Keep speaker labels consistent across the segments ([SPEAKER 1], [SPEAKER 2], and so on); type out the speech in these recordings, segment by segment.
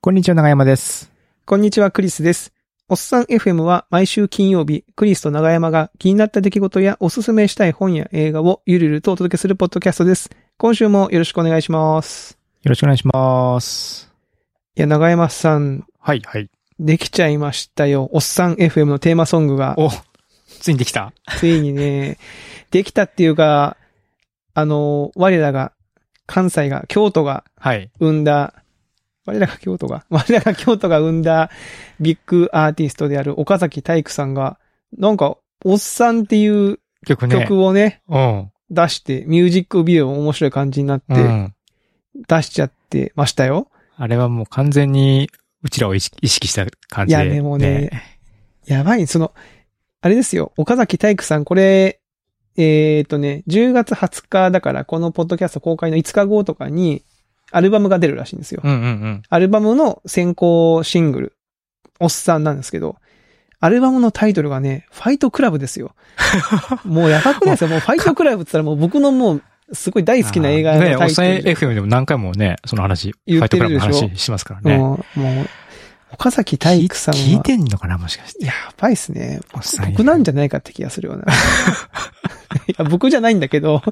[SPEAKER 1] こんにちは、長山です。
[SPEAKER 2] こんにちは、クリスです。おっさん FM は毎週金曜日、クリスと長山が気になった出来事やおすすめしたい本や映画をゆるゆるとお届けするポッドキャストです。今週もよろしくお願いします。
[SPEAKER 1] よろしくお願いします。
[SPEAKER 2] いや、長山さん、
[SPEAKER 1] はい、はい。
[SPEAKER 2] できちゃいましたよ。おっさん FM のテーマソングが、
[SPEAKER 1] お、ついにできた。
[SPEAKER 2] ついにね、できたっていうか、あの、我らが、関西が、京都が
[SPEAKER 1] はい。
[SPEAKER 2] 生んだ、我らが京都が、 我らが京都が生んだビッグアーティストである岡崎体育さんが、なんか、おっさんっていう
[SPEAKER 1] 曲ね。
[SPEAKER 2] 曲をね、
[SPEAKER 1] うん。
[SPEAKER 2] 出して、ミュージックビデオも面白い感じになって、
[SPEAKER 1] うん。
[SPEAKER 2] 出しちゃってましたよ。
[SPEAKER 1] あれはもう完全に、うちらを意識意識した感
[SPEAKER 2] い
[SPEAKER 1] じ
[SPEAKER 2] や、
[SPEAKER 1] で。
[SPEAKER 2] でもね、。やばい、その、あれですよ、岡崎体育さん、これ、えっ、とね、10月20日だから、このポッドキャスト公開の5日後とかに、アルバムが出るらしいんですよ。
[SPEAKER 1] うんうんうん。
[SPEAKER 2] アルバムの先行シングル、おっさんなんですけど、アルバムのタイトルがね、ファイトクラ ブですよ。もうやばくないですかもうファイトクラブって言ったらもう僕のもう、すごい大好きな映画の
[SPEAKER 1] ね、お
[SPEAKER 2] タ
[SPEAKER 1] っ
[SPEAKER 2] イト
[SPEAKER 1] さん
[SPEAKER 2] ル。
[SPEAKER 1] FM でも何回もね、その話、フ
[SPEAKER 2] 言
[SPEAKER 1] ァ
[SPEAKER 2] っ
[SPEAKER 1] イト
[SPEAKER 2] て
[SPEAKER 1] クラ
[SPEAKER 2] る
[SPEAKER 1] ブ
[SPEAKER 2] で
[SPEAKER 1] の
[SPEAKER 2] しょ
[SPEAKER 1] 話しますからね。
[SPEAKER 2] もう、もう、岡崎体育さんは、
[SPEAKER 1] 聞いてんのかなもしかして。
[SPEAKER 2] やばいっすね。
[SPEAKER 1] おっさん
[SPEAKER 2] 僕なんじゃないかって気が するような。いや、僕じゃないんだけど。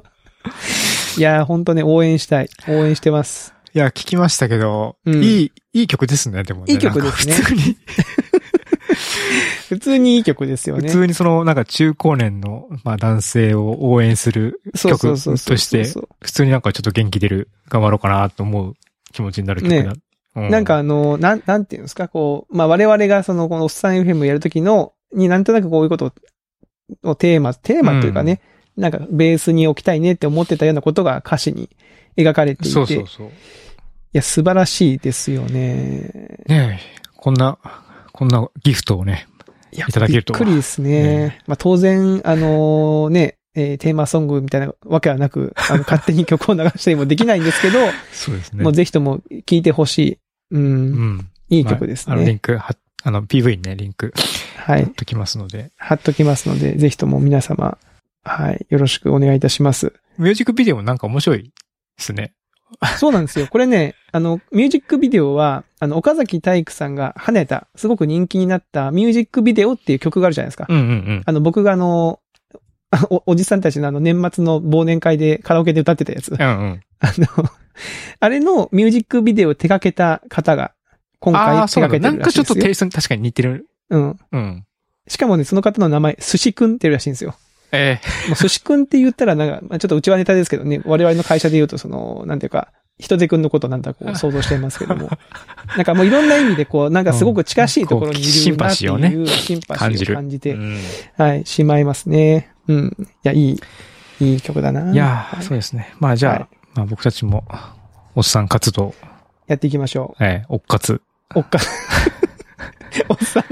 [SPEAKER 2] いや、ほんとね、応援したい。応援してます。
[SPEAKER 1] いや、聞きましたけど、
[SPEAKER 2] うん
[SPEAKER 1] いい、いい曲ですね、でもね。
[SPEAKER 2] いい曲ですね
[SPEAKER 1] なんか普通 に、
[SPEAKER 2] 普通にいい曲ですよ
[SPEAKER 1] 普
[SPEAKER 2] ね。
[SPEAKER 1] 通にその、なんか中高年の、まあ男性を応援する曲
[SPEAKER 2] そう
[SPEAKER 1] と
[SPEAKER 2] そうそう
[SPEAKER 1] して、
[SPEAKER 2] そう
[SPEAKER 1] 普通になんかちょっと元気出る、頑張ろうかなと思う気持ちになる曲だ。う
[SPEAKER 2] なんか、あの、なん、なんていうんですか、こう、まあ、我々がその、このおっさん FM やるときの、になんとなくこういうことををテーマ、テーマというかね、なんかベースに置きたいねって思ってたようなことが歌詞に描かれていて、
[SPEAKER 1] そうそう
[SPEAKER 2] い
[SPEAKER 1] そう。
[SPEAKER 2] や、素晴らしいですよね。
[SPEAKER 1] ねえ、こんな、こんなギフトをね。
[SPEAKER 2] いや
[SPEAKER 1] いただけるとは
[SPEAKER 2] びっくりですね。
[SPEAKER 1] ね
[SPEAKER 2] まあ当然、あのね、えーテーマソングみたいなわけはなく、あの、勝手に曲を流したりもできないんですけ ど、
[SPEAKER 1] そうです
[SPEAKER 2] もうぜひとも聴いてほしい。うん、
[SPEAKER 1] うん。
[SPEAKER 2] いい曲です
[SPEAKER 1] まああの、リ
[SPEAKER 2] ね。
[SPEAKER 1] ンク、は、あの、PV にね、リンク、
[SPEAKER 2] は
[SPEAKER 1] 貼
[SPEAKER 2] い
[SPEAKER 1] っ。ときますので。
[SPEAKER 2] 貼っときますので、ぜひとも皆様、はい。よろしくお願いいたします。
[SPEAKER 1] ミュージックビデオもなんか面白いですね。
[SPEAKER 2] そうなんですよ。これね、あの、ミュージックビデオは、あの、岡崎体育さんが跳ねた、すごく人気になった、ミュージックビデオっていう曲があるじゃないですか。
[SPEAKER 1] うんうんうん。
[SPEAKER 2] あの、僕があの、お、おじさんたちのあの、年末の忘年会でカラオケで歌ってたやつ。あ
[SPEAKER 1] うんうん。
[SPEAKER 2] の、あれのミュージックビデオを手掛けた方が、今
[SPEAKER 1] ああー、
[SPEAKER 2] 回手
[SPEAKER 1] そうな
[SPEAKER 2] 掛
[SPEAKER 1] んだ
[SPEAKER 2] けて
[SPEAKER 1] なん
[SPEAKER 2] るら
[SPEAKER 1] か
[SPEAKER 2] しい
[SPEAKER 1] ちょ
[SPEAKER 2] で
[SPEAKER 1] っと
[SPEAKER 2] す
[SPEAKER 1] テ
[SPEAKER 2] よ。
[SPEAKER 1] イストに確かに似てる。
[SPEAKER 2] うん。
[SPEAKER 1] うん。
[SPEAKER 2] しかもね、その方の名前、寿司くんっていうらしいんですよ。
[SPEAKER 1] え
[SPEAKER 2] もう寿司くんって言ったらなんか、まあ、ちょっとうちはネタですけどね、我々の会社で言うとその、なんていうか、人手くんのことなん だこう想像していますけども。なんかもういろんな意味でこう、なんかすごく近しいところにい るなっていう、
[SPEAKER 1] うんこうシンパシー
[SPEAKER 2] シンパシ
[SPEAKER 1] 感じ
[SPEAKER 2] ー
[SPEAKER 1] る
[SPEAKER 2] を感じ
[SPEAKER 1] え
[SPEAKER 2] て、はい、しまいますね。うん。いや、いい、いい曲だな。
[SPEAKER 1] いや
[SPEAKER 2] は
[SPEAKER 1] ー、そうですね。まあじゃあ、
[SPEAKER 2] はい
[SPEAKER 1] まあ僕たちも、おっさん活動、
[SPEAKER 2] やっていきましょ
[SPEAKER 1] えー、おっかつ。
[SPEAKER 2] う。おっか、 おっさん、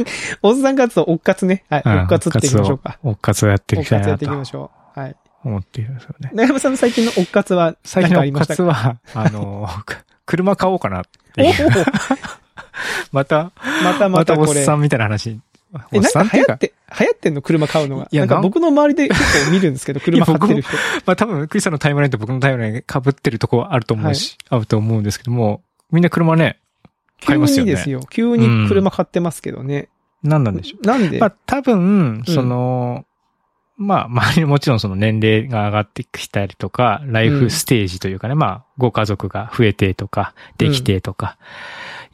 [SPEAKER 2] おっさん活動、おっかつね。はい、
[SPEAKER 1] うん
[SPEAKER 2] おっかつっていきましょうか。
[SPEAKER 1] おっかつをやって
[SPEAKER 2] お
[SPEAKER 1] い
[SPEAKER 2] っ
[SPEAKER 1] きた
[SPEAKER 2] か
[SPEAKER 1] い
[SPEAKER 2] つや
[SPEAKER 1] な
[SPEAKER 2] ってい
[SPEAKER 1] と
[SPEAKER 2] きましょう。はい。
[SPEAKER 1] 思っているんですよね。
[SPEAKER 2] 長山さんの最近のおっかつは、
[SPEAKER 1] 最近
[SPEAKER 2] 何か
[SPEAKER 1] の
[SPEAKER 2] あり
[SPEAKER 1] お
[SPEAKER 2] ま
[SPEAKER 1] っか
[SPEAKER 2] した
[SPEAKER 1] つ
[SPEAKER 2] か
[SPEAKER 1] は、あ のー、く車買おうかなって
[SPEAKER 2] お
[SPEAKER 1] い
[SPEAKER 2] お
[SPEAKER 1] う。また、
[SPEAKER 2] また
[SPEAKER 1] ま
[SPEAKER 2] ま
[SPEAKER 1] た
[SPEAKER 2] た
[SPEAKER 1] おっ
[SPEAKER 2] これ。
[SPEAKER 1] さんみたいな話。お
[SPEAKER 2] え、
[SPEAKER 1] っ
[SPEAKER 2] なん
[SPEAKER 1] さん
[SPEAKER 2] か
[SPEAKER 1] ってい
[SPEAKER 2] 流
[SPEAKER 1] う
[SPEAKER 2] 行
[SPEAKER 1] か
[SPEAKER 2] っ、て、流行ってんの車買うのが。
[SPEAKER 1] いや
[SPEAKER 2] なんか
[SPEAKER 1] なん
[SPEAKER 2] 僕の周りで結構見るんですけど、車買ってる人。
[SPEAKER 1] まあ多分、クリスさんのタイムラインと僕のタイムラインが被ってるとこはあると思うし、あると思うんですけども、みんな車ね、買
[SPEAKER 2] 急
[SPEAKER 1] いますよ
[SPEAKER 2] に
[SPEAKER 1] ね
[SPEAKER 2] ですよ。急に車買ってますけどね。
[SPEAKER 1] 何なんでしょ
[SPEAKER 2] なんで
[SPEAKER 1] う。まあ多分、その、まあ周りにもちろんその年齢が上がってきたりとか、ライフステージというかね、まあご家族が増えてとか、できてとか、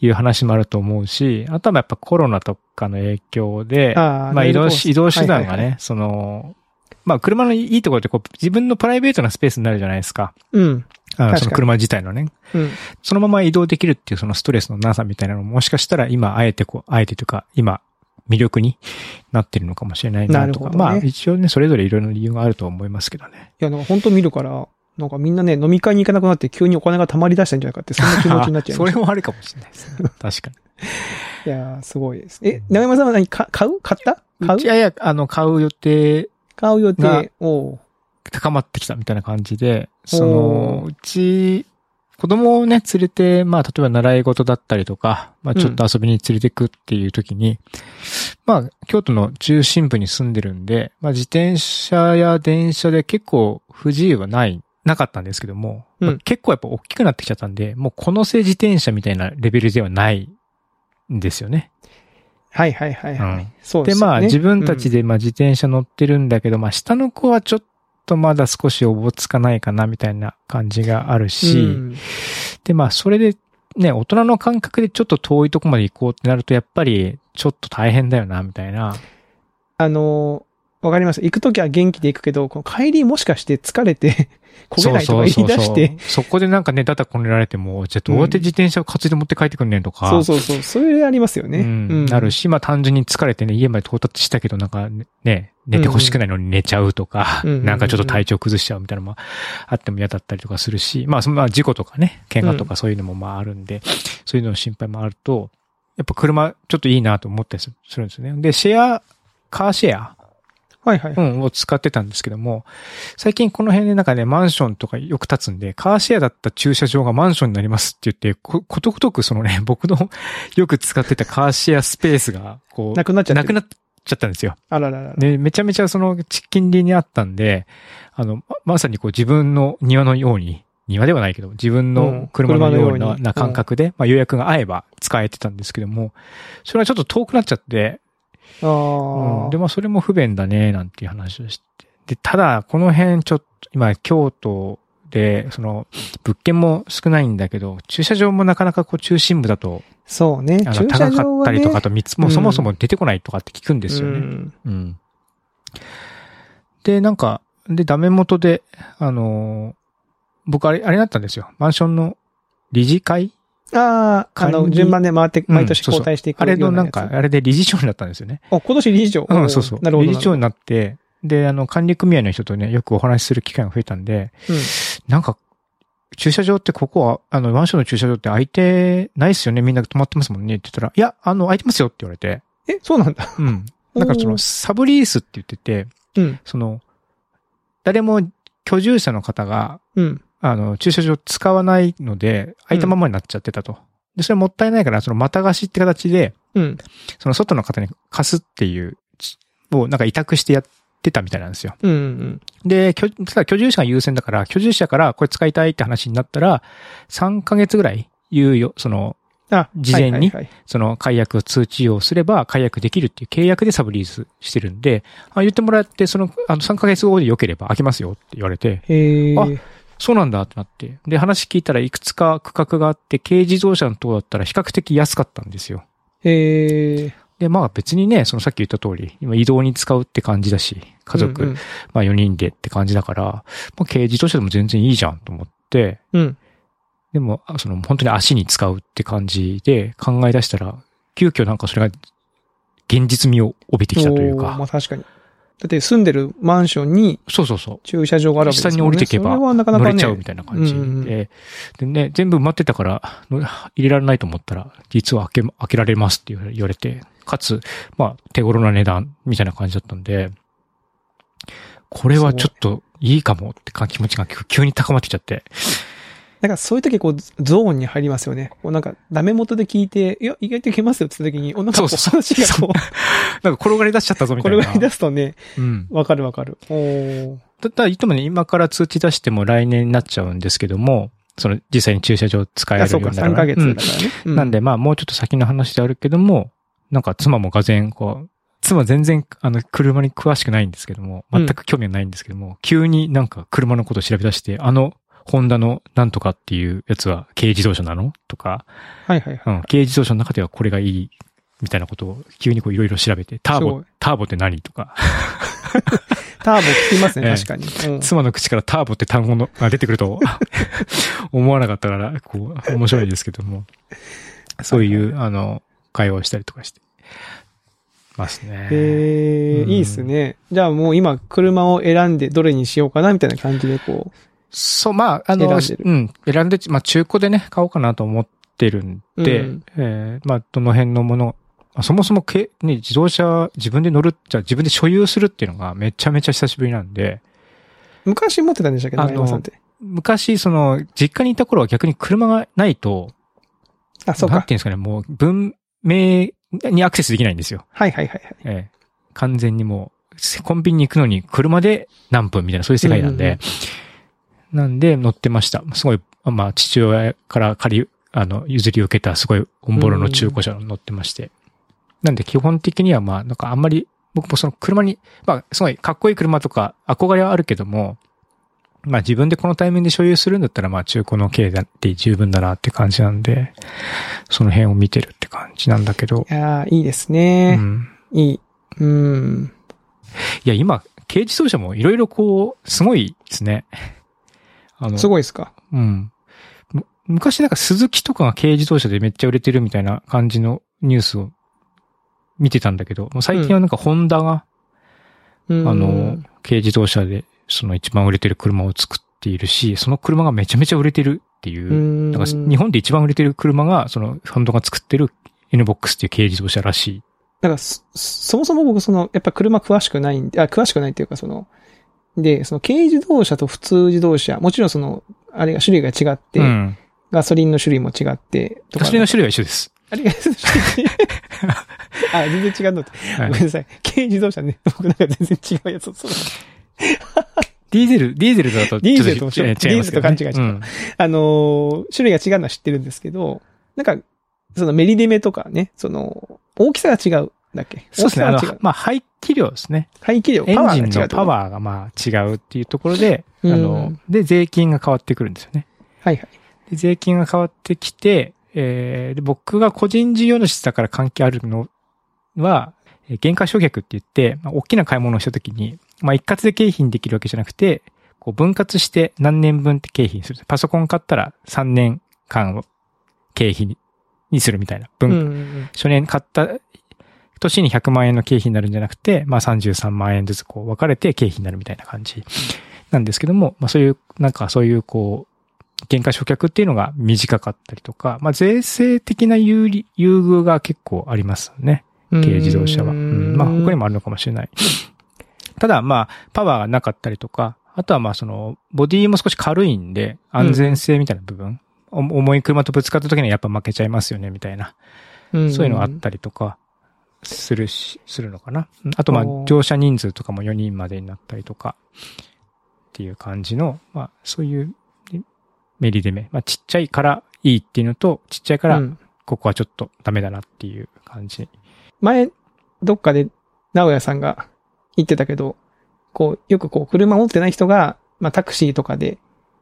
[SPEAKER 1] いう話もあると思うし、あとはやっぱコロナとかの影響で、
[SPEAKER 2] あー
[SPEAKER 1] まあ
[SPEAKER 2] レー
[SPEAKER 1] 移
[SPEAKER 2] ルコ
[SPEAKER 1] 動
[SPEAKER 2] ー
[SPEAKER 1] し
[SPEAKER 2] ス
[SPEAKER 1] 移動手段がね、
[SPEAKER 2] はいはいはい
[SPEAKER 1] その、まあ車のいいところってこう自分のプライベートなスペースになるじゃないですか。
[SPEAKER 2] うん。
[SPEAKER 1] あの
[SPEAKER 2] 確かに
[SPEAKER 1] その車自体のね。
[SPEAKER 2] うん。
[SPEAKER 1] そのまま移動できるっていうそのストレスのなさみたいなのももしかしたら今あえてこう、あえてというか今魅力になってるのかもしれないなとか。
[SPEAKER 2] なるほどね
[SPEAKER 1] まあ一応ね、それぞれいろいろな理由があると思いますけどね。
[SPEAKER 2] いや、なんか本当見るから、なんかみんなね、飲み会に行かなくなって急にお金が溜まり出したんじゃないかって、そんな気持ちになっちゃい
[SPEAKER 1] そ
[SPEAKER 2] ま
[SPEAKER 1] れ
[SPEAKER 2] し
[SPEAKER 1] もあるかもしれないですね。確かに。
[SPEAKER 2] た。いやー、すごいです。え、長山さんは何か買う買った買う
[SPEAKER 1] いやいや、あの、買う予定
[SPEAKER 2] 買う予
[SPEAKER 1] が
[SPEAKER 2] 定を。
[SPEAKER 1] 高まってきたみたいな感じで、
[SPEAKER 2] ほう
[SPEAKER 1] その、うち、子供をね、連れて、まあ、例えば習い事だったりとか、まあ、ちょっと遊びに連れてくっていう時に、まあ、京都の中心部に住んでるんで、まあ、自転車や電車で結構不自由はない、なかったんですけども、
[SPEAKER 2] うん
[SPEAKER 1] まあ結構やっぱ大きくなってきちゃったんで、もうこのせ自転車みたいなレベルではないですよね。
[SPEAKER 2] はいはいはいはい。
[SPEAKER 1] うん
[SPEAKER 2] そうで
[SPEAKER 1] です
[SPEAKER 2] よね。
[SPEAKER 1] まあ自分たち
[SPEAKER 2] で、
[SPEAKER 1] でまあ自転車乗ってるんだけど、まあ下の子はちょっとまだ少しおぼつかないかなみたいな感じがあるし、
[SPEAKER 2] うん
[SPEAKER 1] でまあそれでね、大人の感覚でちょっと遠いとこまで行こうってなるとやっぱりちょっと大変だよなみたいな。
[SPEAKER 2] あのーわかります。行くときは元気で行くけど、この帰りもしかして疲れて、 焦げないとか言い出して、
[SPEAKER 1] そうそうそうそうそこでなんかね、だだこねられても、じゃあどうやって自転車を担いで持って帰ってくんねんとか。
[SPEAKER 2] そうそうそう。それありますよね。
[SPEAKER 1] うんなるし、まあ単純に疲れてね、家まで到達したけど、なんかね、寝てほしくないのに寝ちゃうとか、
[SPEAKER 2] うんうん
[SPEAKER 1] なんかちょっと体調崩しちゃうみたいなのもあっても嫌だったりとかするし、まあそのまあ事故とかね、怪我とかそういうのもまああるんで、そういうのの心配もあると、やっぱ車ちょっといいなと思ったりするんですよね。で、シェア、カーシェア、
[SPEAKER 2] はいはい。
[SPEAKER 1] うん、を使ってたんですけども、最近この辺でなんかね、マンションとかよく建つんで、カーシェアだった駐車場がマンションになりますって言って、こことごとくそのね、 僕のよく使ってたカーシェアスペースが、こう、
[SPEAKER 2] なくなっちゃって
[SPEAKER 1] な
[SPEAKER 2] る
[SPEAKER 1] くなっちゃったんですよ。
[SPEAKER 2] あらららら。
[SPEAKER 1] で、めちゃめちゃその近隣にあったんで、あの、ままさにこう自分の庭のように、庭ではないけど、自分
[SPEAKER 2] うん
[SPEAKER 1] の車のよう
[SPEAKER 2] 車のよ
[SPEAKER 1] な,、
[SPEAKER 2] うに
[SPEAKER 1] な感覚で、まあ予約が合えば使えてたんですけども、それはちょっと遠くなっちゃって、
[SPEAKER 2] あー
[SPEAKER 1] うんで、まあ、それも不便だね、なんていう話をして。で、ただ、この辺、ちょっと、今、京都で、その、物件も少ないんだけど、駐車場もなかなかこう、中心部だと、
[SPEAKER 2] そうね。
[SPEAKER 1] あ
[SPEAKER 2] 駐
[SPEAKER 1] の、
[SPEAKER 2] 車
[SPEAKER 1] 高
[SPEAKER 2] 場
[SPEAKER 1] かっ
[SPEAKER 2] は
[SPEAKER 1] たりとか、
[SPEAKER 2] ね
[SPEAKER 1] あと、三つも、
[SPEAKER 2] うん
[SPEAKER 1] そもそも出てこないとかって聞くんですよ
[SPEAKER 2] う
[SPEAKER 1] ね。
[SPEAKER 2] ん
[SPEAKER 1] うん。で、なんか、で、ダメ元で、あのー僕、あれ、あれだったんですよ。マンションの理事会
[SPEAKER 2] ああ、あ
[SPEAKER 1] 管
[SPEAKER 2] の、
[SPEAKER 1] 理
[SPEAKER 2] 順番で回って、
[SPEAKER 1] うん
[SPEAKER 2] 毎年
[SPEAKER 1] そうそう
[SPEAKER 2] 交代していく
[SPEAKER 1] あれ
[SPEAKER 2] よ
[SPEAKER 1] の
[SPEAKER 2] うな
[SPEAKER 1] な
[SPEAKER 2] やつ。
[SPEAKER 1] んか、あれで理事長になったんですよね。
[SPEAKER 2] お、今年理事長。
[SPEAKER 1] う
[SPEAKER 2] おー
[SPEAKER 1] ん、そうそう。
[SPEAKER 2] なるほど。
[SPEAKER 1] 理事長になって、で、あの、管理組合の人とね、よくお話しする機会が増えたんで、
[SPEAKER 2] うん
[SPEAKER 1] なんか、駐車場ってここは、あの、マンションの駐車場って空いてないっすよねみんな止まってますもんねって言ったら、いや、あの、空いてますよって言われて、
[SPEAKER 2] え、そうなんだ。
[SPEAKER 1] うん。だからそ
[SPEAKER 2] お
[SPEAKER 1] の、
[SPEAKER 2] ー
[SPEAKER 1] サブリースって言ってて、
[SPEAKER 2] うん、
[SPEAKER 1] その、誰も居住者の方が、
[SPEAKER 2] うん。
[SPEAKER 1] あの、駐車場使わないので、空いたままになっちゃってたと。で、それもったいないから、その、また貸しって形で、
[SPEAKER 2] うん。
[SPEAKER 1] その外の方に貸すっていう、をなんか委託してやってたみたいなんですよ。
[SPEAKER 2] うん。うん。
[SPEAKER 1] で、居ただ居住者が優先だから、居住者からこれ使いたいって話になったら、3ヶ月ぐらい、猶予、その、
[SPEAKER 2] あ、
[SPEAKER 1] 事前に
[SPEAKER 2] はいはいはい
[SPEAKER 1] その解約を通知をすれば解約できるっていう契約でサブリースしてるんで、あ言ってもらって、その、あの、3ヶ月後で良ければ開けますよって言われて、
[SPEAKER 2] へえ。
[SPEAKER 1] あそうなんだってなって。で、話聞いたらいくつか区画があって、軽自動車の等だったら比較的安かったんですよ。
[SPEAKER 2] へえ。
[SPEAKER 1] で、まあ別にね、そのさっき言った通り、今移動に使うって感じだし、家族、
[SPEAKER 2] うん
[SPEAKER 1] まあ4人でって感じだから、まあ軽自動車でも全然いいじゃんと思って、
[SPEAKER 2] うん。うん
[SPEAKER 1] でも、あその、本当に足に使うって感じで考え出したら、急遽なんかそれが、現実味を帯びてきたという
[SPEAKER 2] おーまあ
[SPEAKER 1] か。
[SPEAKER 2] 確かに。だって住んでるマンションに
[SPEAKER 1] そうそうそう。
[SPEAKER 2] 駐車場があるわけです
[SPEAKER 1] 下
[SPEAKER 2] もんね
[SPEAKER 1] に降りていけば、
[SPEAKER 2] それはなかな
[SPEAKER 1] 乗
[SPEAKER 2] か
[SPEAKER 1] れ
[SPEAKER 2] ね
[SPEAKER 1] ちゃうみたいな感じ
[SPEAKER 2] うんうんうん
[SPEAKER 1] で。でね、全部埋まってたから、の入れられないと思ったら、実は開け、開けられますって言われて、かつ、まあ、手頃な値段みたいな感じだったんで、これはちょっといいかもってか気持ちが急に高まってきちゃって。
[SPEAKER 2] なんかそういう時こうゾーンに入りますよね。こうなんかダメ元で聞いて、いや、意外といけますよって言った時に、おなんかこう
[SPEAKER 1] そうそう
[SPEAKER 2] 話がこ
[SPEAKER 1] なんか転がり出しちゃったぞ
[SPEAKER 2] う、
[SPEAKER 1] み
[SPEAKER 2] こ
[SPEAKER 1] たい
[SPEAKER 2] れ
[SPEAKER 1] な。
[SPEAKER 2] ぐらい出すとね、
[SPEAKER 1] うん。
[SPEAKER 2] わかるわかる。おー
[SPEAKER 1] だったら、いってもね、今から通知出しても来年になっちゃうんですけども、その実際に駐車場使え
[SPEAKER 2] あ、
[SPEAKER 1] る
[SPEAKER 2] そ
[SPEAKER 1] よ
[SPEAKER 2] う
[SPEAKER 1] う
[SPEAKER 2] か、
[SPEAKER 1] になる
[SPEAKER 2] 3ヶ
[SPEAKER 1] う
[SPEAKER 2] 月だ
[SPEAKER 1] ん
[SPEAKER 2] からね。う
[SPEAKER 1] なんで、まあ、もうちょっと先の話であるけども、なんか妻もがぜん、こう、妻全然、あの、車に詳しくないんですけども、全く興味がないんですけども、急になんか車のことを調べ出して、あの、ホンダのなんとかっていうやつは軽自動車なのとか、
[SPEAKER 2] はいはいはい。
[SPEAKER 1] うん、軽自動車の中ではこれがいい、みたいなことを急にこういろいろ調べて、ター
[SPEAKER 2] すご
[SPEAKER 1] ボ
[SPEAKER 2] い、
[SPEAKER 1] ターボって何とか、
[SPEAKER 2] ターボ聞きます ね、
[SPEAKER 1] ええ
[SPEAKER 2] 確かに。うん
[SPEAKER 1] 妻の口からターボって単語のが出てくると 思わなかったから、こう、面白いですけども。そういう、あの、会話をしたりとかしてますね。
[SPEAKER 2] へえ、
[SPEAKER 1] うん
[SPEAKER 2] いいっすね。じゃあもう今、車を選んでどれにしようかな、みたいな感じでこ
[SPEAKER 1] そう、まあ、あの、
[SPEAKER 2] 選んでる
[SPEAKER 1] うん、選んで、まあ、中古でね、買おうかなと思ってるんで、
[SPEAKER 2] うん
[SPEAKER 1] えーまあ、どの辺のもの、まあそもそもけ、ね、自動車、自分で乗る、じゃあ自分で所有するっていうのがめちゃめちゃ久しぶりなんで、
[SPEAKER 2] う、昔持ってたんでしたっけど、
[SPEAKER 1] あ
[SPEAKER 2] 前
[SPEAKER 1] の
[SPEAKER 2] 山さんって。
[SPEAKER 1] 昔、その、実家にいた頃は逆に車がないと、
[SPEAKER 2] あ、そう
[SPEAKER 1] なん
[SPEAKER 2] か。
[SPEAKER 1] ていうんですかね、もう文明にアクセスできないんですよ。
[SPEAKER 2] はいはいはいはい。
[SPEAKER 1] ええ、完全にもう、コンビニに行くのに車で何分みたいな、そういう世界なん
[SPEAKER 2] うんうん
[SPEAKER 1] で。なんで乗ってました。すごい、まあ、父親から借り、あの、譲り受けたすごいオンボロの中古車に乗ってまして。なんで基本的にはまあ、なんかあんまり、僕もその車に、まあ、すごいかっこいい車とか憧れはあるけども、まあ自分でこのタイミングで所有するんだったらまあ中古の軽だって十分だなって感じなんで、その辺を見てるって感じなんだけど。
[SPEAKER 2] いやーいいです
[SPEAKER 1] う
[SPEAKER 2] ね。
[SPEAKER 1] ん。
[SPEAKER 2] いい。うん。
[SPEAKER 1] いや、今、軽自動車もいろいろこう、すごいですね。 あの
[SPEAKER 2] すごいですか。
[SPEAKER 1] うん。む昔なんか鈴木とかが軽自動車でめっちゃ売れてるみたいな感じのニュースを見てたんだけど、もう最近はなんかホンダが、
[SPEAKER 2] うん
[SPEAKER 1] あの、軽自動車でその一番売れてる車を作っているし、その車がめちゃめちゃ売れてるっていうう、
[SPEAKER 2] ん。
[SPEAKER 1] なんか日本で一番売れてる車が、そのホンダが作ってる NBOX っていう軽自動車らしい。
[SPEAKER 2] なんかそ、そもそも僕その、やっぱ車詳しくないんで、あ、詳しくないっていうかその、で、その軽自動車と普通自動車、もちろんその、あれが種類が違って、
[SPEAKER 1] うん。
[SPEAKER 2] ガソリンの種類も違って、とか。
[SPEAKER 1] ガの種類は一緒です。
[SPEAKER 2] あれが、 あ、全然違うのって。
[SPEAKER 1] はい
[SPEAKER 2] ごめんなさい。軽自動車ね。僕なんか全然違うやつを。そう
[SPEAKER 1] ディーゼル、ディーゼルだとちょっと
[SPEAKER 2] ディーゼルとも
[SPEAKER 1] 違い違いますけど、ね。
[SPEAKER 2] ディーゼルと勘違いし
[SPEAKER 1] う
[SPEAKER 2] た
[SPEAKER 1] ん
[SPEAKER 2] あのー種類が違うのは知ってるんですけど、なんか、そのメリデメとかね、その、大きさが違うんだっけ
[SPEAKER 1] そうですね。あ
[SPEAKER 2] 大
[SPEAKER 1] の
[SPEAKER 2] きさが違う、。
[SPEAKER 1] まあ、排気量ですね。
[SPEAKER 2] 排気量、パ
[SPEAKER 1] エン
[SPEAKER 2] ワ
[SPEAKER 1] ジ
[SPEAKER 2] ー
[SPEAKER 1] ン
[SPEAKER 2] が違うってこ
[SPEAKER 1] の
[SPEAKER 2] と
[SPEAKER 1] パワーがまあ違うっていうところで、あ
[SPEAKER 2] うん
[SPEAKER 1] の、で、税金が変わってくるんですよね。
[SPEAKER 2] はいはい。
[SPEAKER 1] で税金が変わってきて、えーで、僕が個人事業主だから関係あるのは、えー減価償却って言って、まあ、大きな買い物をしたときに、まあ、一括で経費にできるわけじゃなくて、こう分割して何年分って経費にする。パソコン買ったら3年間を経費ににするみたいな。分
[SPEAKER 2] うんうんうん
[SPEAKER 1] 初年買った年に100万円の経費になるんじゃなくて、まあ33万円ずつこう分かれて経費になるみたいな感じなんですけども、まあそういう、なんかそういうこう、減価償却っていうのが短かったりとか、まあ税制的な有利、優遇が結構ありますね。軽自動車は。うんまあ他にもあるのかもしれない。ただまあ、パワーがなかったりとか、あとはまあその、ボディも少し軽いんで、安全性みたいな部分、お重い車とぶつかった時にはやっぱ負けちゃいますよね、みたいな。そういうのがあったりとか、するし、するのかな。うんあと、まあ
[SPEAKER 2] おー、
[SPEAKER 1] 乗車人数とかも4人までになったりとか、っていう感じの、まあ、そういうでメリデメ。まあ、ちっちゃいからいいっていうのと、ちっちゃいか
[SPEAKER 2] う
[SPEAKER 1] ら、
[SPEAKER 2] ん
[SPEAKER 1] ここはちょっとダメだなっていう感じ。
[SPEAKER 2] 前、どっかで、直屋さんが言ってたけど、こう、よくこう、車持ってない人が、まあ、タクシーとかで、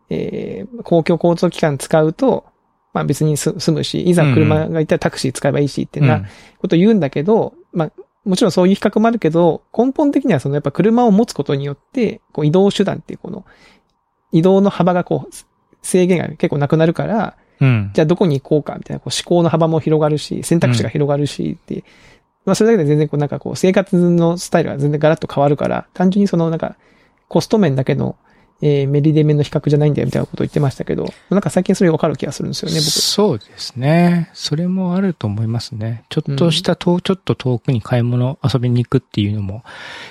[SPEAKER 2] えー、公共交通機関使うと、まあ、別にす住むし、いざ車がいたらタクシー使えばいいしって
[SPEAKER 1] う、
[SPEAKER 2] なんこと言うんだけど、まあ、もちろんそういう比較もあるけど、根本的にはそのやっぱ車を持つことによって、こう移動手段っていうこの、移動の幅がこう、制限が結構なくなるから、
[SPEAKER 1] うん。
[SPEAKER 2] じゃあどこに行こうかみたいな、こう思考の幅も広がるし、選択肢が広がるしって、まあそれだけで全然こうなんかこう生活のスタイルが全然ガラッと変わるから、単純にそのなんかコスト面だけの、えーメリデメの比較じゃないんだよみたいなことを言ってましたけど、なんか最近それがわかる気がするんですよね、僕。
[SPEAKER 1] そうですね。それもあると思いますね。ちょっとしたと、ちょっと遠くに買い物遊びに行くっていうのも、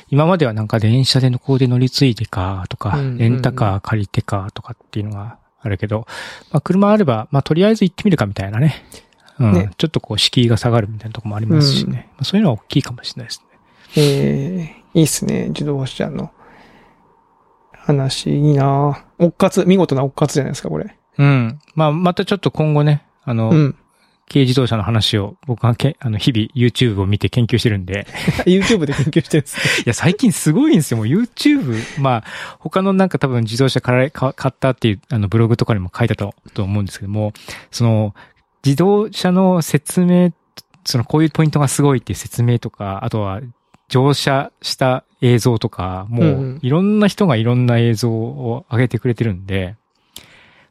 [SPEAKER 1] 今まではなんか電車でのこうで乗り継いでかとか、
[SPEAKER 2] うんうんうん
[SPEAKER 1] レンタカー借りてかとかっていうのがあるけど、まあ車あれば、まあとりあえず行ってみるかみたいなね。うん。
[SPEAKER 2] ね
[SPEAKER 1] ちょっとこう敷居が下がるみたいなとこもありますしね。まあそういうのは大きいかもしれないですね。
[SPEAKER 2] えー、いいっすね、自動車の話、いいなぁおっかつ、見事なおっかつじゃないですか、これ。
[SPEAKER 1] うん。まあまたちょっと今後ね、あの、
[SPEAKER 2] うん。
[SPEAKER 1] 軽自動車の話を僕がけ、あの、日々 YouTube を見て研究してるんで、
[SPEAKER 2] YouTube で研究してるんですね。
[SPEAKER 1] いや、最近すごいんですよ。もう YouTube、まあ、他のなんか多分自動車かられか買ったっていう、あの、ブログとかにも書いてたと思うんですけども、その、自動車の説明、その、こういうポイントがすごいっていう説明とか、あとは、乗車した映像とか、も
[SPEAKER 2] うんうん
[SPEAKER 1] う、いろんな人がいろんな映像を上げてくれてるんで、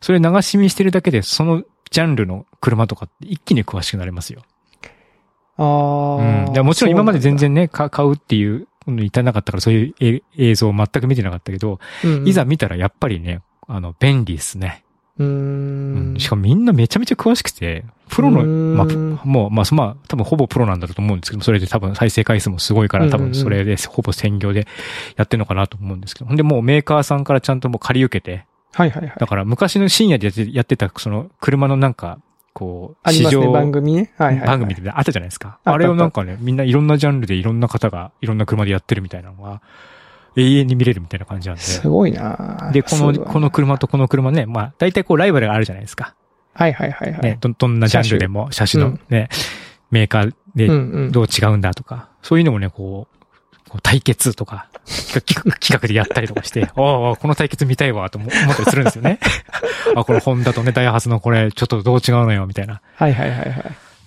[SPEAKER 1] それ流し見してるだけで、そのジャンルの車とかって一気に詳しくなれますよ。
[SPEAKER 2] あー
[SPEAKER 1] うん、いやもちろん今まで全、然ね、か買うっていうのに至らなかったから、そういうえ映像を全く見てなかったけど、
[SPEAKER 2] そうなんだ
[SPEAKER 1] いざ、見たらやっぱりね、あの、便利ですね。
[SPEAKER 2] うん
[SPEAKER 1] うん
[SPEAKER 2] うん。
[SPEAKER 1] しかもみんなめちゃめちゃ詳しくて、プロの、
[SPEAKER 2] うん
[SPEAKER 1] まあ、プもう、まあ、そまあ、多分ほぼプロなんだろうと思うんですけど、それで多分再生回数もすごいか
[SPEAKER 2] う
[SPEAKER 1] ら、
[SPEAKER 2] んうん
[SPEAKER 1] 多
[SPEAKER 2] うん
[SPEAKER 1] 分それでほぼ専業でやってるのかなと思うんですけど、ほんでもうメーカーさんからちゃんともう借り受けて、
[SPEAKER 2] はいはいはい
[SPEAKER 1] だ。から昔の深夜でやってやってた、その車のなんか、こう、
[SPEAKER 2] あり
[SPEAKER 1] 市
[SPEAKER 2] ます
[SPEAKER 1] 場
[SPEAKER 2] ね、番組ね。はいはい、はい。
[SPEAKER 1] 番組であったじゃないですか。
[SPEAKER 2] あった
[SPEAKER 1] あれをなんかね、みんないろんなジャンルでいろんな方がいろんな車でやってるみたいなのが、永遠に見れるみたいな感じなんで。
[SPEAKER 2] すごいなぁ
[SPEAKER 1] で、こ
[SPEAKER 2] すごい
[SPEAKER 1] の、
[SPEAKER 2] わ
[SPEAKER 1] この車とこの車ね、まあ、大体こうライバルがあるじゃないですか。
[SPEAKER 2] はいはいはいはい。
[SPEAKER 1] ね、ど、どんなジャンルでも、車種のね、メーカーで
[SPEAKER 2] うんうん。
[SPEAKER 1] どう違うんだとか、そういうのもね、こう、こう対決とか、企画 企画でやったりとかして、 ああああ、この対決見たいわ、と思思ったりするんですよ ね。あ、このホンダとね、ダイハツのこれ、ちょっとどう違うのよ、みたいな。
[SPEAKER 2] はいはいはいはい。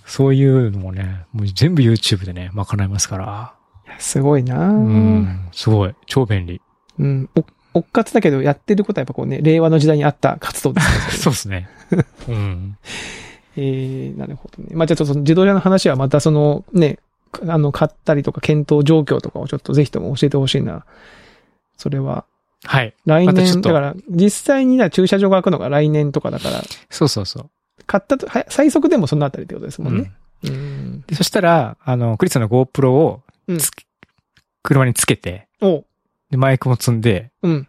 [SPEAKER 1] そういうのもね、もう全部 YouTube でね、賄えますから。
[SPEAKER 2] いやすごいなぁ
[SPEAKER 1] うん、すごい。超便利。
[SPEAKER 2] うん。お、おっかつだけど、やってることはやっぱこうね、令和の時代にあった活動ですね。
[SPEAKER 1] そうですね。うん。
[SPEAKER 2] えー、なるほどね。まあ、じゃあちょっとその自動車の話はまたそのね、かあの、買ったりとか検討状況とかをちょっとぜひとも教えてほしいな。それは、
[SPEAKER 1] はい。
[SPEAKER 2] 来
[SPEAKER 1] またちょ
[SPEAKER 2] 年、
[SPEAKER 1] っと
[SPEAKER 2] だから、実際にな駐車場が開くのが来年とかだから、
[SPEAKER 1] そうそうそう。
[SPEAKER 2] 買ったと、は最速でもそのあたりってことですもん
[SPEAKER 1] うん
[SPEAKER 2] ね。うん。
[SPEAKER 1] でそしたら、あの、クリスさんの GoPro をつけ車につけて、
[SPEAKER 2] お
[SPEAKER 1] で、マイクも積んで、
[SPEAKER 2] うん。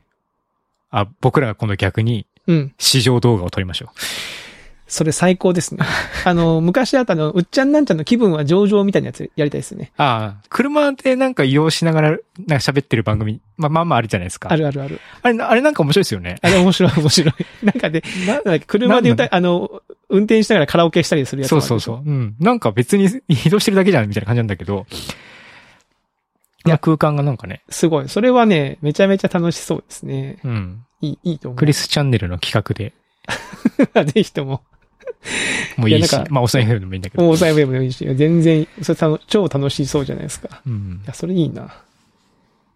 [SPEAKER 1] あ、僕らが今度逆に
[SPEAKER 2] うん。
[SPEAKER 1] 試乗動画を撮りましょ
[SPEAKER 2] それ最 高ですね。あの、昔あったあの、うっちゃんなんちゃんの気分は上々みたいなやつやりたいですね。
[SPEAKER 1] う。ああ、車でなんか移用しながら、なんか喋ってる番組、まあまあまああるじゃないですか。
[SPEAKER 2] あるあるある。
[SPEAKER 1] あれ、あれなんか面白いですよね。
[SPEAKER 2] あれ面白い面白い。なんかで、
[SPEAKER 1] な
[SPEAKER 2] なんか車で歌い、あの、運転しながらカラオケしたりするやつも
[SPEAKER 1] そ
[SPEAKER 2] あ
[SPEAKER 1] う
[SPEAKER 2] るでし
[SPEAKER 1] そ
[SPEAKER 2] ょ
[SPEAKER 1] うそう。うん。なんか別に 移動してるだけじゃんみたいな感じなんだけど、いや、空間がなんかね、
[SPEAKER 2] すごい。それはね、めちゃめちゃ楽しそうですね。
[SPEAKER 1] うん。
[SPEAKER 2] いい、いいと思う。
[SPEAKER 1] クリスチャンネルの企画で
[SPEAKER 2] ぜひとも。
[SPEAKER 1] もいい
[SPEAKER 2] い
[SPEAKER 1] し
[SPEAKER 2] やなん、か
[SPEAKER 1] まあ、おさえるのもいいんだけど。
[SPEAKER 2] もう抑えウェブでもいいし、全然、それたの超楽しそうじゃないですか。
[SPEAKER 1] うん
[SPEAKER 2] い。や、それいいな。い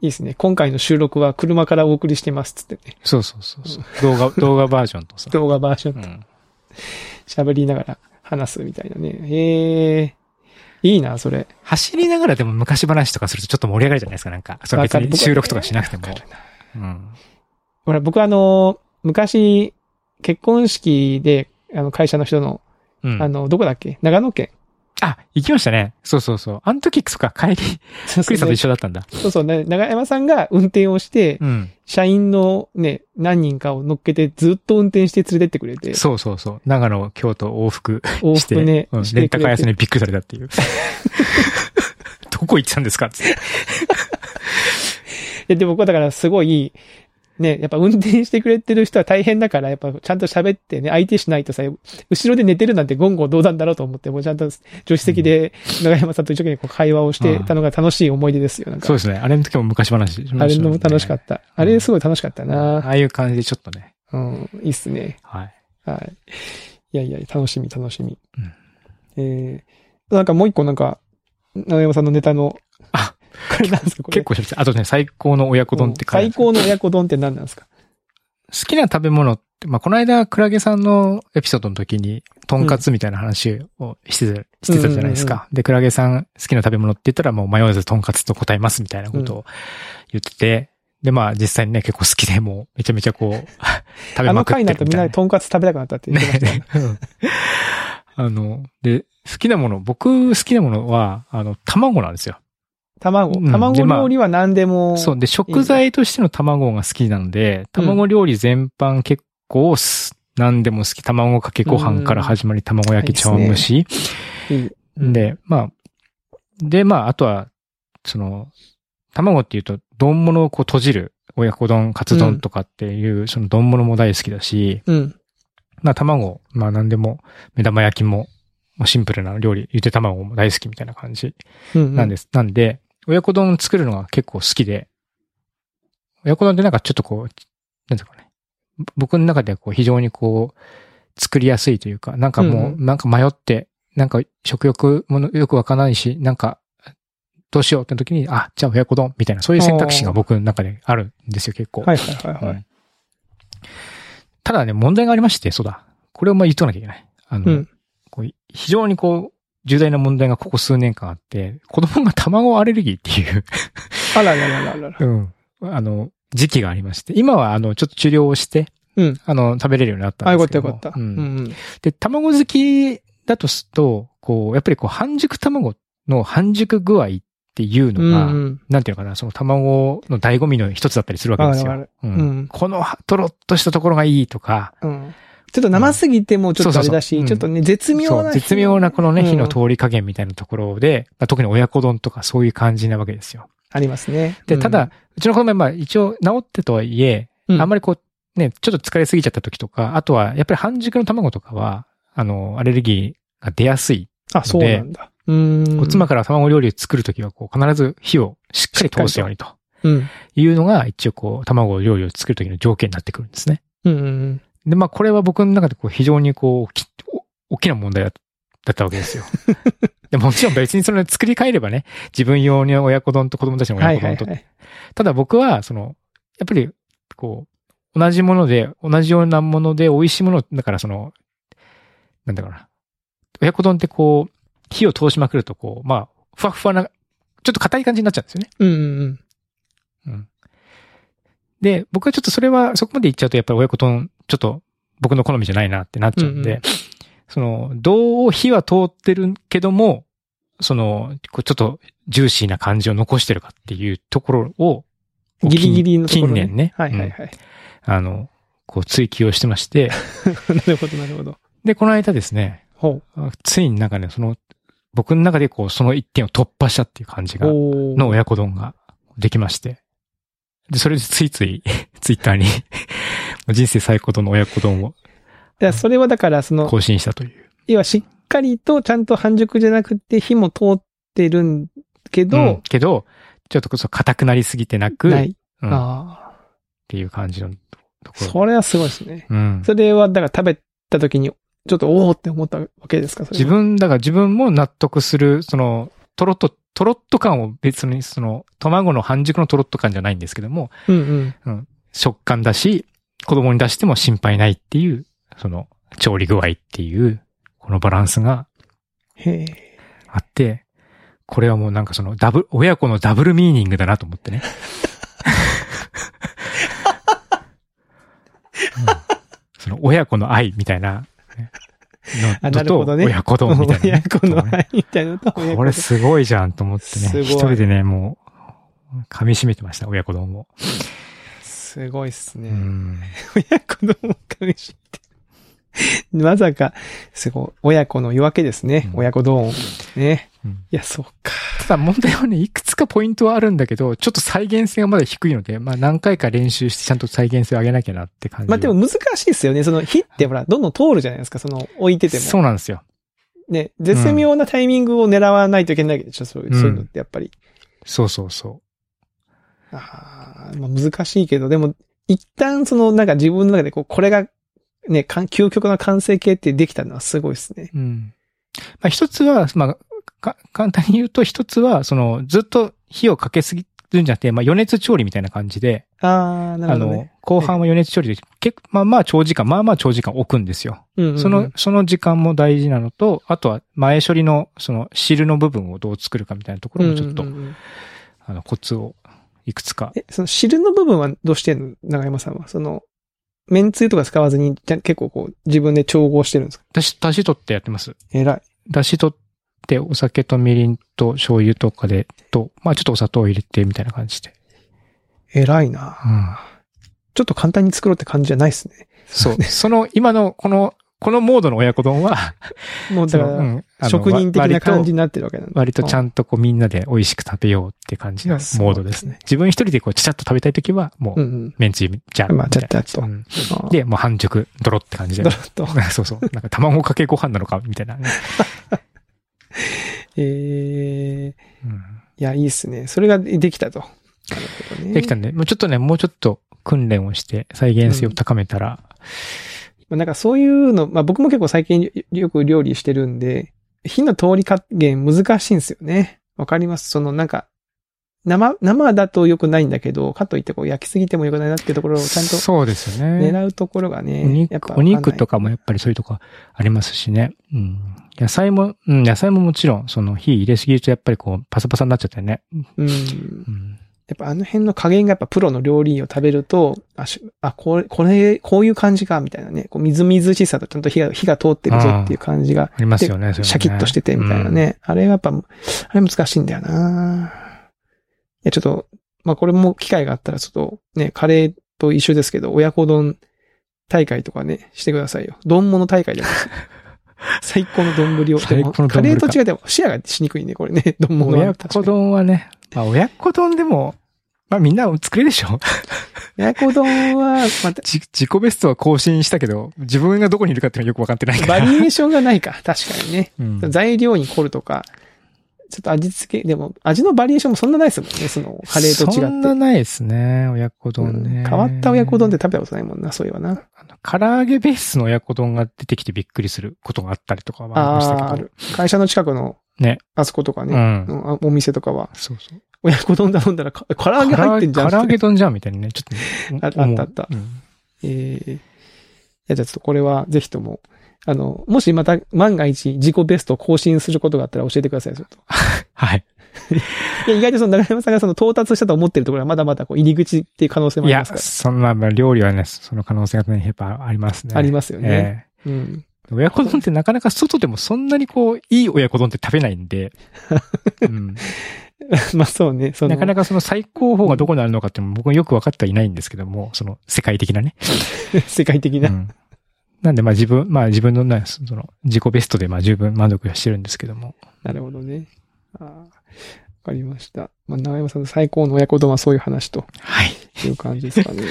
[SPEAKER 2] いですね。今回の収録は車からお送りしてますっつってね。
[SPEAKER 1] そうそうそうそう。動画、 動画バージョンとさ。
[SPEAKER 2] 動画バージョ
[SPEAKER 1] う
[SPEAKER 2] ンと
[SPEAKER 1] ん。
[SPEAKER 2] 喋りながら話すみたいなね。へえー。いいな、それ。
[SPEAKER 1] 走りながらでも昔話とかするとちょっと盛り上がるじゃないですか、なんか。それ
[SPEAKER 2] わ
[SPEAKER 1] 別
[SPEAKER 2] かる
[SPEAKER 1] に収録とかしなくても
[SPEAKER 2] わ。かるな
[SPEAKER 1] うん。
[SPEAKER 2] ほら、僕あの、昔、結婚式で、あの、会社の人の、
[SPEAKER 1] うん。
[SPEAKER 2] あの、どこだっけ長野県。
[SPEAKER 1] あ、行きましたね。そうそうそう。あの時、そっか、帰り、
[SPEAKER 2] そう
[SPEAKER 1] クリスさんと一緒だったんだ。
[SPEAKER 2] そうそう、な長山さんが運転をして、
[SPEAKER 1] うん。
[SPEAKER 2] 社員のね、何人かを乗っけてずっと運転して連れてってくれて、
[SPEAKER 1] そうそうそう。長野、京都往復
[SPEAKER 2] 往
[SPEAKER 1] して、
[SPEAKER 2] 復ね、
[SPEAKER 1] うん、
[SPEAKER 2] して
[SPEAKER 1] レンタ
[SPEAKER 2] く
[SPEAKER 1] カー
[SPEAKER 2] れ
[SPEAKER 1] 屋さん
[SPEAKER 2] て。
[SPEAKER 1] にびっくりされたっていう。 どこ行ってたんですかっつって。
[SPEAKER 2] で、で僕はだからすごい、ね、やっぱ運転してくれてる人は大変だから、やっぱちゃんと喋ってね、相手しないとさ、後ろで寝てるなんて言語道断だろうと思って、もうちゃんと助手席で長山さんと一生懸命こう会話をしてたのが楽しい思い出ですよ、なんか
[SPEAKER 1] そう。ですね。あれの時も昔話。
[SPEAKER 2] あれも楽しかった。あれすごい楽しかった
[SPEAKER 1] あ
[SPEAKER 2] な。
[SPEAKER 1] あいう感じでちょっとね。
[SPEAKER 2] うん、いいっすね。
[SPEAKER 1] はい。
[SPEAKER 2] はい。いやいや、楽しみ、楽しみ。
[SPEAKER 1] うん
[SPEAKER 2] えー、なんかもう一個なんか、長山さんのネタの、
[SPEAKER 1] あ、
[SPEAKER 2] これなんですかこれ。
[SPEAKER 1] 結構します。あとね、最高の親子丼って書いてあ
[SPEAKER 2] 最
[SPEAKER 1] る
[SPEAKER 2] 高の親子丼って何なんですか
[SPEAKER 1] 好きな食べ物って、まあ、この間、クラゲさんのエピソードの時に、とんかつみたいな話をしてた、してたじゃないですか。
[SPEAKER 2] うん
[SPEAKER 1] で、クラゲさん好きな食べ物って言ったら、もう迷わずとんかつと答えますみたいなことを言ってて、で、まあ、実際にね、結構好きで、もう、めちゃめちゃこう、 食べ
[SPEAKER 2] あの
[SPEAKER 1] まくっ
[SPEAKER 2] 回
[SPEAKER 1] て
[SPEAKER 2] にな
[SPEAKER 1] る
[SPEAKER 2] ると
[SPEAKER 1] み
[SPEAKER 2] みん
[SPEAKER 1] た
[SPEAKER 2] ないでとんかつ食べたくなったって言
[SPEAKER 1] な。
[SPEAKER 2] ってました
[SPEAKER 1] ね
[SPEAKER 2] ね。
[SPEAKER 1] うんあの、で、好きなもの、僕好きなものは、あの、卵なんですよ。
[SPEAKER 2] 卵、
[SPEAKER 1] うん
[SPEAKER 2] 卵
[SPEAKER 1] でまあ
[SPEAKER 2] 料理は何でも。
[SPEAKER 1] そう。で、食材としての卵が好きなので、卵料理全般結構す、何でも好き。卵かけご飯から始まり、卵焼き、茶碗蒸し。
[SPEAKER 2] いいうん
[SPEAKER 1] で、まあ、で、まあ、あとは、その、卵っていうと、丼物をこう閉じる、親子丼、カツ丼とかっていう、その丼物も大好きだし、
[SPEAKER 2] うん。
[SPEAKER 1] まあ、卵、まあ、何でも、目玉焼きも、もうシンプルな料理、ゆで卵も大好きみたいな感じ。
[SPEAKER 2] うん。。
[SPEAKER 1] なんですす。なんで、親子丼作るのが結構好きで、親子丼ってなんかちょっとこう、なんていうんですかね。ぼ僕の中ではこう非常にこう、作りやすいというか、なんかもう、
[SPEAKER 2] うん
[SPEAKER 1] なんか迷って、なんか食欲ものよくわかんないし、なんか、どうしようって時に、あ、じゃあ親子丼みたいな、そういう選択肢が僕の中であるんですよ、結構。
[SPEAKER 2] はいはいはいは
[SPEAKER 1] う
[SPEAKER 2] い。
[SPEAKER 1] んただね、問題がありまして、そうだ。これをまあ言っとかなきゃいけない。あの、
[SPEAKER 2] うん
[SPEAKER 1] こう非常にこう、重大な問題がここ数年間あって、子供が卵アレルギーっていう、
[SPEAKER 2] あららららら ら。
[SPEAKER 1] あの、時期がありまして、今はあの、ちょっと治療をして、
[SPEAKER 2] うん
[SPEAKER 1] あの、食べれるようになった
[SPEAKER 2] あ、
[SPEAKER 1] ん
[SPEAKER 2] よか
[SPEAKER 1] です
[SPEAKER 2] った
[SPEAKER 1] け
[SPEAKER 2] よ
[SPEAKER 1] ど
[SPEAKER 2] かった。う
[SPEAKER 1] うん
[SPEAKER 2] んうん。
[SPEAKER 1] で、卵好きだとすると、こう、やっぱりこう、半熟卵の半熟具合っていうの
[SPEAKER 2] うん
[SPEAKER 1] が、
[SPEAKER 2] うん。
[SPEAKER 1] なんていうのかな、その卵の醍醐味の一つだったりするわけ
[SPEAKER 2] わ
[SPEAKER 1] で
[SPEAKER 2] か
[SPEAKER 1] すよ。
[SPEAKER 2] るわかる。
[SPEAKER 1] うん
[SPEAKER 2] うん
[SPEAKER 1] このとろっとしたところがいいとか、
[SPEAKER 2] うん。ちょっと生すぎてもちょっとあれだ
[SPEAKER 1] そうそうそうう
[SPEAKER 2] し、
[SPEAKER 1] ん
[SPEAKER 2] ちょっとね、絶妙
[SPEAKER 1] そ
[SPEAKER 2] な。
[SPEAKER 1] う絶妙なこのね、
[SPEAKER 2] うん
[SPEAKER 1] 火の通り加減みたいなところで、まあ、特に親子丼とかそういう感じなわけですよ。
[SPEAKER 2] ありますね。
[SPEAKER 1] で、
[SPEAKER 2] うん
[SPEAKER 1] ただ、う、ちの子供はまあ一応治ってとはいえ、
[SPEAKER 2] うん
[SPEAKER 1] あんまりこう、ね、ちょっと疲れすぎちゃった時とか、あとはやっぱり半熟の卵とかは、あの、アレルギーが出やすい。
[SPEAKER 2] あ、そうなんだ。うーん。
[SPEAKER 1] おつまから卵料理を作るときは、こう、必ず火をしっかり通すようにと
[SPEAKER 2] うん。
[SPEAKER 1] いうのが、一応こう、卵料理を作るときの条件になってくるんですね。
[SPEAKER 2] うんうん
[SPEAKER 1] で、まあ、これは僕の中でこう、非常にこう、きお大きな問題だだったわけ ですよ。でもちろん別にその作り変えればね、自分用に親子丼と子供たち
[SPEAKER 2] う
[SPEAKER 1] の
[SPEAKER 2] ん。は
[SPEAKER 1] 親
[SPEAKER 2] い
[SPEAKER 1] 子
[SPEAKER 2] はい
[SPEAKER 1] 丼と。
[SPEAKER 2] はい。
[SPEAKER 1] ただ僕は、その、やっぱり、こう、同じもので、同じようなもので、美味しいもの、だからその、なんだろうな。親子丼ってこう、火を通しまくるとこう、まあ、ふわふわな、ちょっと硬い感じになっちゃうんですよね。
[SPEAKER 2] うんうんうん。
[SPEAKER 1] うん。で、僕はちょっとそれは、そこまで行っちゃうと、やっぱり親子丼、ちょっと僕の好みじゃないなってなっちゃうんで、
[SPEAKER 2] うんうん
[SPEAKER 1] その、どう火は通ってるけども、その、こうちょっとジューシーな感じを残してるかっていうところを、こう
[SPEAKER 2] ギリギリのところ、
[SPEAKER 1] 近年ね
[SPEAKER 2] はいはいはい。
[SPEAKER 1] あの、こう追求をしてまして、
[SPEAKER 2] なるほどなるほど。
[SPEAKER 1] で、この間ですね、
[SPEAKER 2] ほ
[SPEAKER 1] ついになんかね、その、僕の中でこう、その一点を突破したっていう感じ
[SPEAKER 2] う。
[SPEAKER 1] が、
[SPEAKER 2] おー
[SPEAKER 1] の親子丼ができまして。で、それでついつい、 ツイッターに、人生最高の親子丼を
[SPEAKER 2] いや、それはだから、その、
[SPEAKER 1] 更新したという。
[SPEAKER 2] 要はしっかりとちゃんと半熟じゃなくて火も通ってるんけど、
[SPEAKER 1] うんけど、ちょっとこそ硬くなりすぎてなく、
[SPEAKER 2] ない。
[SPEAKER 1] うんっ
[SPEAKER 2] ああ。
[SPEAKER 1] ていう感じのところ。
[SPEAKER 2] それはすごいですね。
[SPEAKER 1] うん、
[SPEAKER 2] それは、だから食べた時に、ちょっとおおって思ったわけですかそれは
[SPEAKER 1] 自分、だから自分も納得する、その、とろっと、とろっと感を別に、その、卵の半熟のとろっと感じゃないんですけども、
[SPEAKER 2] うんうん。
[SPEAKER 1] 食感だし、子供に出しても心配ないっていう、その、調理具合っていう、このバランスが
[SPEAKER 2] へえ。
[SPEAKER 1] あって、これはもうなんかそのダブル、親子のダブルミーニングだなと思ってね。うんその親子の愛みたいな、ねの
[SPEAKER 2] あなる
[SPEAKER 1] と
[SPEAKER 2] ほど
[SPEAKER 1] と、
[SPEAKER 2] ね
[SPEAKER 1] 親子丼みたいなね、
[SPEAKER 2] 親子の
[SPEAKER 1] ね
[SPEAKER 2] 愛みたいなのと親子
[SPEAKER 1] これすごいじゃんと思って
[SPEAKER 2] すご
[SPEAKER 1] ね。
[SPEAKER 2] い
[SPEAKER 1] 一人でね、もう、噛み締めてました、親子丼を。
[SPEAKER 2] すごいっす
[SPEAKER 1] う
[SPEAKER 2] ね。
[SPEAKER 1] ん。
[SPEAKER 2] 親子の噛み締めて。 まさか、すごい、親子の夜明けですね。
[SPEAKER 1] うん
[SPEAKER 2] 親子丼。ね。
[SPEAKER 1] うん
[SPEAKER 2] いや、そうか。
[SPEAKER 1] ただ問題はね、いくつかポイントはあるんだけど、ちょっと再現性がまだ低いので、まあ何回か練習してちゃんと再現性を上げなきゃなって感じ。
[SPEAKER 2] まあ、でも難しいですよね。その火ってほら、どんどん通るじゃないですか。その、置いてても。
[SPEAKER 1] そうなんですよ。
[SPEAKER 2] ね、絶妙なタイミングを狙わないといけないわけでしょ、そういう
[SPEAKER 1] うん
[SPEAKER 2] そういうのってやっぱり。
[SPEAKER 1] そうそうそう。
[SPEAKER 2] あーまあ難しいけど、でも、一旦そのなんか自分の中でこう、これが、ね、かん究極の完成形ってできたのはすごいですね。
[SPEAKER 1] うん。まあ、一つは、まあ、か、簡単に言うと、一つは、その、ずっと火をかけすぎるんじゃなくて、まあ、余熱調理みたいな感じで、
[SPEAKER 2] ああ、なる
[SPEAKER 1] あ
[SPEAKER 2] ほど
[SPEAKER 1] の
[SPEAKER 2] ね。、
[SPEAKER 1] 後半は余熱調理で、結構、まあまあ長時間、まあまあ長時間置くんですよ。
[SPEAKER 2] うんうんうん
[SPEAKER 1] その、、その時間も大事なのと、あとは前処理の、その、汁の部分をどう作るかみたいなところもちょっと、
[SPEAKER 2] うんうんうん
[SPEAKER 1] あの、コツを、いくつか。
[SPEAKER 2] え、その汁の部分はどうしてんの長山さんは。その、麺つゆとか使わずに、じゃ結構こう、自分で調合してるんですか
[SPEAKER 1] だし、だし取ってやってます。
[SPEAKER 2] 偉い。
[SPEAKER 1] だし取って、お酒とみりんと醤油とかで、と、まあちょっとお砂糖を入れて、みたいな感じで。
[SPEAKER 2] 偉いな。
[SPEAKER 1] うん。
[SPEAKER 2] ちょっと簡単に作ろうって感じじゃないですね。
[SPEAKER 1] そう。その、今の、この、このモードの親子丼は、
[SPEAKER 2] も うだか
[SPEAKER 1] そのう
[SPEAKER 2] ら、
[SPEAKER 1] んあの
[SPEAKER 2] 職人的な感じ
[SPEAKER 1] 割
[SPEAKER 2] になってるわけなんだ
[SPEAKER 1] と、割とちゃんとこうみんなで美味しく食べようって感じの
[SPEAKER 2] いやそう
[SPEAKER 1] モードですね。自分一人でこう、ちゃちゃっと食べたいときは、も
[SPEAKER 2] うん
[SPEAKER 1] う、
[SPEAKER 2] うん。
[SPEAKER 1] めんつゆ、じゃ
[SPEAKER 2] まあ、ちゃっちゃっと
[SPEAKER 1] う。ん
[SPEAKER 2] あー
[SPEAKER 1] で、もう半熟、ドロって感じで
[SPEAKER 2] ド。ロッと。
[SPEAKER 1] そうそう。なんか卵かけご飯なのか、みたいなね。
[SPEAKER 2] ええ
[SPEAKER 1] うん
[SPEAKER 2] いや、いいっすね。それができたと。なるほどね。
[SPEAKER 1] できたんで、もうちょっとね、もうちょっと訓練をして、再現性を高めたら、
[SPEAKER 2] まあ、なんかそういうの、まあ僕も結構最近よよく料理してるんで、火の通り加減難しいんですよね。わかりますそのなんか、生、生だと良くないんだけど、かといってこう焼きすぎても良くないなってところをちゃんと
[SPEAKER 1] そうですよね。
[SPEAKER 2] 狙うところがね、
[SPEAKER 1] お
[SPEAKER 2] やっぱ
[SPEAKER 1] 肉、お肉と
[SPEAKER 2] か。
[SPEAKER 1] かもやっぱりそういうとこありますしね。うん。野菜も、うん、野菜ももちろん、その火入れすぎるとやっぱりこう、パサパサになっちゃってね。
[SPEAKER 2] う
[SPEAKER 1] う
[SPEAKER 2] ん。
[SPEAKER 1] ん。
[SPEAKER 2] やっぱあの辺の加減がやっぱプロの料理人を食べると、あ、しあこれ、これ、こういう感じか、みたいなね。こうみずみずしさとちゃんと火が、火が通ってるぞっていう感じが
[SPEAKER 1] ありますよね、それはね
[SPEAKER 2] シャキッとしててみたいな。ね。あれはやっぱ、あれ難しいんだよな。いや、ちょっと、まあこれも機会があったらちょっとね、カレーと一緒ですけど、親子丼大会とかね、してくださいよ。丼物 大会でも。最高の丼を。
[SPEAKER 1] 最高の丼
[SPEAKER 2] でも
[SPEAKER 1] か
[SPEAKER 2] カレーと違ってもシェアがしにくいね、これね。
[SPEAKER 1] う
[SPEAKER 2] 丼
[SPEAKER 1] ん
[SPEAKER 2] 物は
[SPEAKER 1] 親
[SPEAKER 2] 確か
[SPEAKER 1] 子
[SPEAKER 2] に
[SPEAKER 1] 丼はね、まあ親子丼でも、まあみんな作れるでしょ
[SPEAKER 2] 親子丼は、また、
[SPEAKER 1] じ自己ベストは更新したけど、自分がどこにいるかっていうのはよくわかってないか
[SPEAKER 2] バ
[SPEAKER 1] ら。
[SPEAKER 2] リエーションがないか。確かにね。
[SPEAKER 1] うん
[SPEAKER 2] 材料に凝るとか、ちょっと味付け、でも味のバリエーションもそんなないですもんね、そのカレーと違って。
[SPEAKER 1] そんなないですね、親子丼ね。
[SPEAKER 2] うん変わった親子丼って食べたことないもんな、そういえばな。
[SPEAKER 1] あの唐揚げベースの親子丼が出てきてびっくりすることがあったりとかはありましたけ
[SPEAKER 2] あ
[SPEAKER 1] ど。
[SPEAKER 2] あ、ある。会社の近くの、
[SPEAKER 1] ね。
[SPEAKER 2] あそことか
[SPEAKER 1] う
[SPEAKER 2] ね、
[SPEAKER 1] ん。
[SPEAKER 2] うんあお店とかは、
[SPEAKER 1] そうそう。
[SPEAKER 2] 親子丼頼んだらか、唐揚げ入ってんじゃん。
[SPEAKER 1] 唐揚唐揚げ丼じゃんみたいなね。ちょっと。
[SPEAKER 2] ああったあった
[SPEAKER 1] うん。
[SPEAKER 2] ええいや、じゃあちょっとこれはぜひとも、あの、もしまた万が一自己ベストを更新することがあったら教えてください、それと。
[SPEAKER 1] はい。
[SPEAKER 2] いや、意外とその中山さんがその到達したと思ってるところはまだまだこう入り口っていう可能性も
[SPEAKER 1] い
[SPEAKER 2] ありま
[SPEAKER 1] や、
[SPEAKER 2] すから。
[SPEAKER 1] そんな、まあ料理はね、その可能性がね、やっぱありますね。
[SPEAKER 2] ありますよね。
[SPEAKER 1] ええ
[SPEAKER 2] うん。
[SPEAKER 1] 親子丼ってなかなか外でもそんなにこう、いい親子丼って食べないん で、うん、
[SPEAKER 2] まあそうね、その
[SPEAKER 1] なかなかその最高峰がどこにあるのかっていうのも僕はよく分かってはいないんですけども、その世界的なね。
[SPEAKER 2] 世界的
[SPEAKER 1] う
[SPEAKER 2] な。
[SPEAKER 1] ん、なんでまあ自分、まあ自分のね、その自己ベストでまあ十分満足はしてるんですけども。
[SPEAKER 2] なるほどね。あーわかりました。まあ、長山さんの最高の親子丼はそういう話と
[SPEAKER 1] はい。
[SPEAKER 2] いう感じで すかね。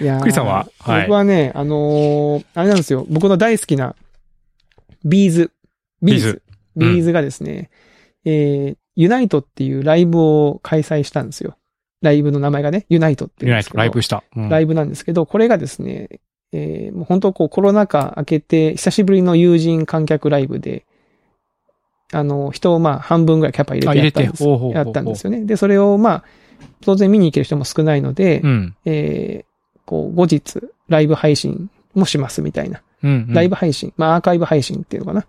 [SPEAKER 2] いやー
[SPEAKER 1] 栗さんははい
[SPEAKER 2] 僕はね、あのーあれなんですよ。僕の大好きな、ビーズ。ビーズ。
[SPEAKER 1] ビーズうん
[SPEAKER 2] ビーズがですね、えー、ユナイトっていうライブを開催したんですよ。ライブの名前がね、ユナイトってい
[SPEAKER 1] ユ
[SPEAKER 2] うん
[SPEAKER 1] ナ
[SPEAKER 2] で
[SPEAKER 1] イ
[SPEAKER 2] す
[SPEAKER 1] ト
[SPEAKER 2] けど。
[SPEAKER 1] ライブした。うん
[SPEAKER 2] ライブなんですけど、これがですね、えーもう本当こうコロナ禍明けて、久しぶりの友人観客ライブで、あの、人をまあ半分ぐらいキャパ入れ
[SPEAKER 1] あ
[SPEAKER 2] て
[SPEAKER 1] 入
[SPEAKER 2] や
[SPEAKER 1] れ
[SPEAKER 2] った
[SPEAKER 1] て、
[SPEAKER 2] んです
[SPEAKER 1] ほうほうほうほう
[SPEAKER 2] やったんですよね。で、それをまあ、当然見に行ける人も少ないので、
[SPEAKER 1] うん。
[SPEAKER 2] えーこう、後日、ライブ配信もしますみたいな。
[SPEAKER 1] うん、うん。
[SPEAKER 2] ライブ配信、まあアーカイブ配信っていうのかな。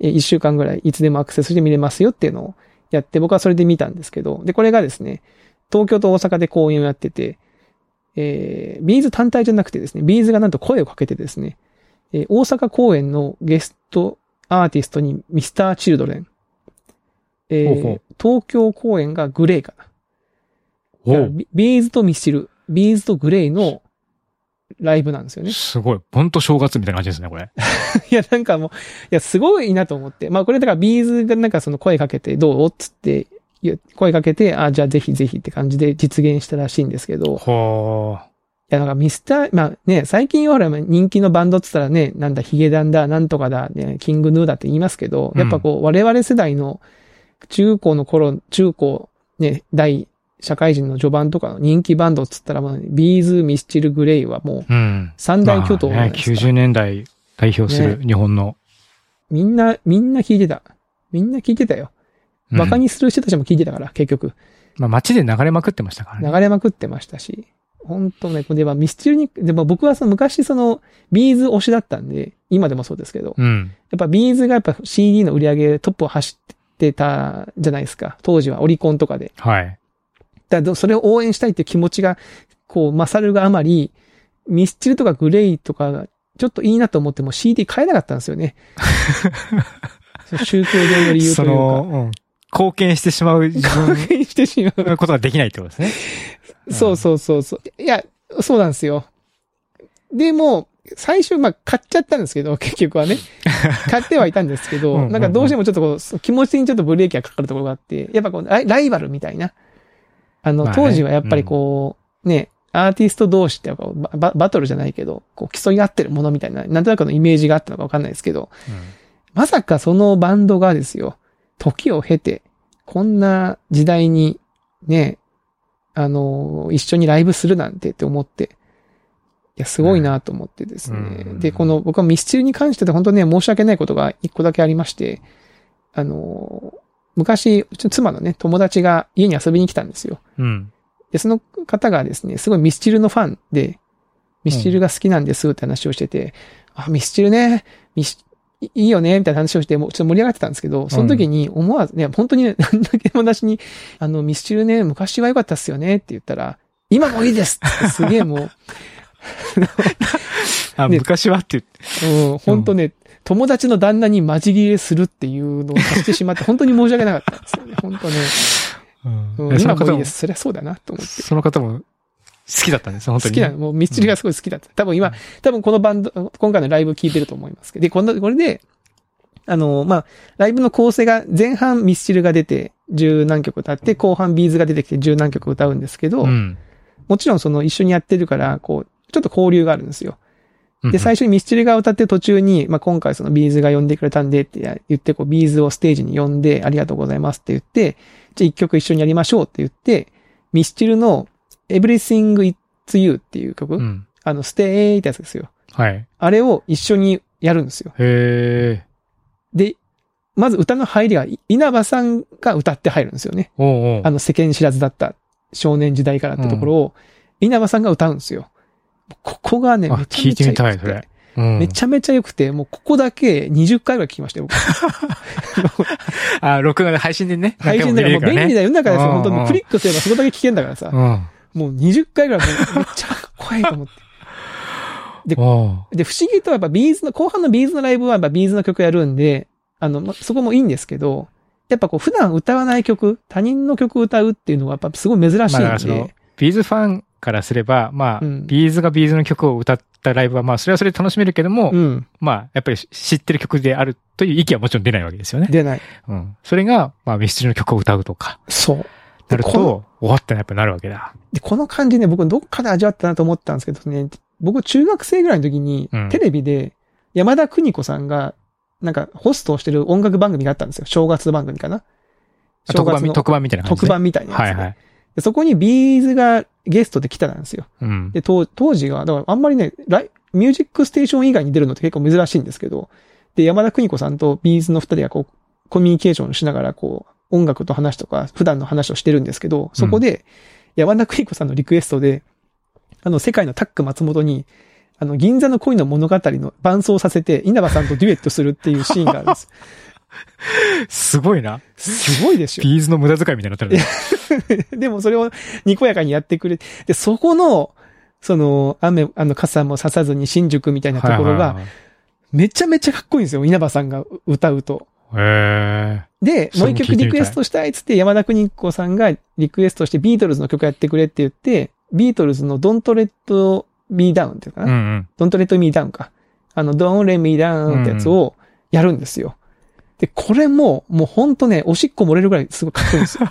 [SPEAKER 2] えー、一週間ぐらいいつでもアクセスして見れますよっていうのをやって、僕はそれで見たんですけど、で、これがですね、東京と大阪で公演をやってて、えー、ビーズ単体じゃなくてですね、ビーズがなんと声をかけてですね、えー大阪公演のゲストアーティストにミスターチルドレン。えー
[SPEAKER 1] ほうほう
[SPEAKER 2] 東京公演がグレーかな。
[SPEAKER 1] お
[SPEAKER 2] だから
[SPEAKER 1] う
[SPEAKER 2] ビビーズとミスチル、ビーズとグレーのライブなんですよね。
[SPEAKER 1] すごい。ほんと正月みたいな感じですね、これ。
[SPEAKER 2] いや、なんかもう、いや、すごいなと思って。まあ、これだから、ビーズがなんかその声かけて、どうっつって、いや声かけて、あ、じゃあぜひぜひって感じで実現したらしいんですけど、い
[SPEAKER 1] ほー。
[SPEAKER 2] や、なんかミスター、まあね、最近はほら、まあ人気のバンドっつったらね、なんだ、ヒゲダンだ、なんとかだ、ね、キングヌーだって言いますけど、やっぱこう、我々世代の中高の頃、中高、ね、大、社会人の序盤とかの人気バンドっつったら、まあ、ビーズ、ミスチル、グレイはもう、
[SPEAKER 1] うん。
[SPEAKER 2] 三大巨頭じゃ
[SPEAKER 1] まあ
[SPEAKER 2] ない
[SPEAKER 1] ね、
[SPEAKER 2] ですか。
[SPEAKER 1] 90年代代表する日本の。
[SPEAKER 2] みんな、みんな聞いてた。みんな聞いてたよ。
[SPEAKER 1] うん
[SPEAKER 2] バカにする人たちも聞いてたから、結局。
[SPEAKER 1] まあ街で流れまくってましたからね。
[SPEAKER 2] 流れまくってましたし。本当ね、で、まあ、ミスチルに、でも僕はその昔その、ビーズ推しだったんで、今でもそうですけど、
[SPEAKER 1] うん。
[SPEAKER 2] やっぱビーズがやっぱ CD の売り上げでトップを走ってたじゃないですか。当時はオリコンとかで。
[SPEAKER 1] はい。
[SPEAKER 2] だからそれを応援したいっていう気持ちが、こう、勝るがあまり、ミスチルとかグレイとか、ちょっといいなと思っても CD 買えなかったんです よね。その宗教上の理由と
[SPEAKER 1] そ
[SPEAKER 2] いうか。
[SPEAKER 1] の、うん貢献してしまう自 分
[SPEAKER 2] 貢献してしまう。
[SPEAKER 1] のことができないってことですね。
[SPEAKER 2] そうそうそうそう。いや、そうなんですよ。でも、最初、まあ、買っちゃったんですけど、結局 はね。買ってはいたんですけ
[SPEAKER 1] うん
[SPEAKER 2] ど、
[SPEAKER 1] うんうん
[SPEAKER 2] なんかどうしてもちょっとこう、気持ちにちょっとブレーキがかかるところがあって、やっぱこう、ライライバルみたいな。あの、
[SPEAKER 1] まあね
[SPEAKER 2] 当時はやっぱりこう、ね、アーティスト同士ってこうバババトルじゃないけど、こう、競い合ってるものみたいな、なんとなくのイメージがあったのかわかんないですけど、まさかそのバンドがですよ、時を経て、こんな時代に、ね、あの、一緒にライブするなんてって思って、いや、すごいなと思ってですね。
[SPEAKER 1] うん
[SPEAKER 2] で、この、僕はミスチルに関して本当ね、申し訳ないことが一個だけありまして、あの、昔、うちの妻のね、友達が家に遊びに来たんですよ。
[SPEAKER 1] うん。うん。
[SPEAKER 2] で、その方がですね、すごいミスチルのファンで、ミスチルが好きなんですって話をしてて、あ、ミスチルね、ミス、いいいよね、みたいな話をして、もうちょっと盛り上がってたんですけど、その時に思わずね、本当にね、 何だけもなしに、あの、ミスチルね、昔は良かったっすよねって言ったら、今もいいですってすげえもう、
[SPEAKER 1] あ、
[SPEAKER 2] ね
[SPEAKER 1] 昔はって言って。
[SPEAKER 2] うん、本当ね、友達の旦那に混じり入れするっていうのをさせてしまって、本当に申し訳なかったんですよね。本当ね。
[SPEAKER 1] うん
[SPEAKER 2] うん、
[SPEAKER 1] そ
[SPEAKER 2] 今
[SPEAKER 1] の方
[SPEAKER 2] もいい
[SPEAKER 1] も
[SPEAKER 2] で、す。そりゃそうだな、と思って。
[SPEAKER 1] その方も好きだったんです、本当
[SPEAKER 2] 好
[SPEAKER 1] に。
[SPEAKER 2] きなの、もうミスチルがすごい好きだった。多分
[SPEAKER 1] う
[SPEAKER 2] 今
[SPEAKER 1] ん、
[SPEAKER 2] 多分このバンド、今回のライブ聞いてると思いますけど。で、この、これで、あの、まあ、ライブの構成が前半ミスチルが出て、十何曲歌って、後半ビーズが出てきて十何曲歌うんですけど、
[SPEAKER 1] うん。
[SPEAKER 2] もちろんその一緒にやってるから、こう、ちょっと交流があるんですよ。
[SPEAKER 1] うん
[SPEAKER 2] で、最初にミスチルが歌ってる途中に、まあ、今回そのビーズが呼んでくれたんでって言って、こう、ビーズをステージに呼んで、ありがとうございますって言って、じゃあ一曲一緒にやりましょうって言って、ミスチルの Everything It's You っていう曲、
[SPEAKER 1] うん。
[SPEAKER 2] あの、Stay ってやつですよ。
[SPEAKER 1] はい。
[SPEAKER 2] あれを一緒にやるんですよ。
[SPEAKER 1] へえ。
[SPEAKER 2] で、まず歌の入りが、い稲葉さんが歌って入るんですよね。
[SPEAKER 1] おうおう
[SPEAKER 2] あの、世間知らずだった少年時代からってところを、稲葉さんが歌うんですよ。ここがね、
[SPEAKER 1] あ
[SPEAKER 2] めちゃめちゃ良
[SPEAKER 1] 聞い
[SPEAKER 2] くて
[SPEAKER 1] てみたいそれうん
[SPEAKER 2] めちゃめちゃ良くて、もうここだけ20回ぐらい聞きましたよ。僕
[SPEAKER 1] あ、録画で配信でね。
[SPEAKER 2] 配信だからもう便利
[SPEAKER 1] だ。
[SPEAKER 2] な世の中です
[SPEAKER 1] う
[SPEAKER 2] よ。
[SPEAKER 1] んうん
[SPEAKER 2] 本当もうクリックすればそこだけ聞けんだからさ
[SPEAKER 1] う。ん。
[SPEAKER 2] もう20回ぐらいもうめっちゃ怖いと思って。
[SPEAKER 1] おう
[SPEAKER 2] で、不思議とやっぱビーズの、後半のビーズのライブはやっぱビーズの曲やるんで、あの、まそこもいいんですけど、やっぱこう普段歌わない曲、他人の曲歌うっていうのはやっぱすごい珍しい
[SPEAKER 1] まあだか
[SPEAKER 2] ん
[SPEAKER 1] らその
[SPEAKER 2] で、、
[SPEAKER 1] ビーズファンからすれば、まあ、
[SPEAKER 2] うん
[SPEAKER 1] ビーズがビーズの曲を歌ったライブは、まあ、それはそれで楽しめるけども、
[SPEAKER 2] うん、
[SPEAKER 1] まあ、やっぱり知ってる曲であるという意見はもちろん出ないわけですよね。
[SPEAKER 2] 出ない。
[SPEAKER 1] うん。それが、まあ、ミスチルの曲を歌うとか、
[SPEAKER 2] そう。
[SPEAKER 1] なる、
[SPEAKER 2] でこと
[SPEAKER 1] 終わったらやっぱなるわけだ。
[SPEAKER 2] で、この感じね、僕どっかで味わったなと思ったんですけどね、僕中学生ぐらいの時に
[SPEAKER 1] うん、
[SPEAKER 2] テレビで山田邦子さんが、なんかホストをしてる音楽番組があったんですよ。正月番組かな。
[SPEAKER 1] あ特番み、
[SPEAKER 2] の
[SPEAKER 1] 特番みたいな感じ
[SPEAKER 2] 特
[SPEAKER 1] で。
[SPEAKER 2] 番みたいなやつ
[SPEAKER 1] は
[SPEAKER 2] で、
[SPEAKER 1] いはい。
[SPEAKER 2] でそこにビーズがゲストで来たんですよ。
[SPEAKER 1] うん。
[SPEAKER 2] で、当当時が、だからあんまりね、ライミュージックステーション以外に出るのって結構珍しいんですけど、で、山田邦子さんとビーズの二人がこう、コミュニケーションしながら、こう、音楽と話とか、普段の話をしてるんですけど、そこで、山田邦子さんのリクエストで、あの、世界のタック松本に、あの、銀座の恋の物語の伴奏させて、稲葉さんとデュエットするっていうシーンがあるんです。
[SPEAKER 1] すごいな。
[SPEAKER 2] すごいです よ。
[SPEAKER 1] ビーズの無駄遣いみたいになってるね。
[SPEAKER 2] でもそれをにこやかにやってくれて、で、そこの、その、雨、あの、傘もささずに新宿みたいなところが、
[SPEAKER 1] はい
[SPEAKER 2] めちゃめちゃかっこいいんですよ、稲葉さんが歌うと。
[SPEAKER 1] はいはい。へえ。
[SPEAKER 2] で、
[SPEAKER 1] そ
[SPEAKER 2] もう
[SPEAKER 1] れも
[SPEAKER 2] 一
[SPEAKER 1] 聞
[SPEAKER 2] 曲
[SPEAKER 1] いて
[SPEAKER 2] リ
[SPEAKER 1] みた
[SPEAKER 2] ク
[SPEAKER 1] い
[SPEAKER 2] エストしたいっつって山田邦子さんがリクエストしてビートルズの曲やってくれって言って、ビートルズの Don't Let Me Down っていうか
[SPEAKER 1] うんう
[SPEAKER 2] な、
[SPEAKER 1] ん。
[SPEAKER 2] Don't Let Me Down か。あの、Don't Let Me Down ってやつをやるんですよ。で、これも、もうほんとね、おしっこ漏れるぐらいすごいかっこいいん ですよ。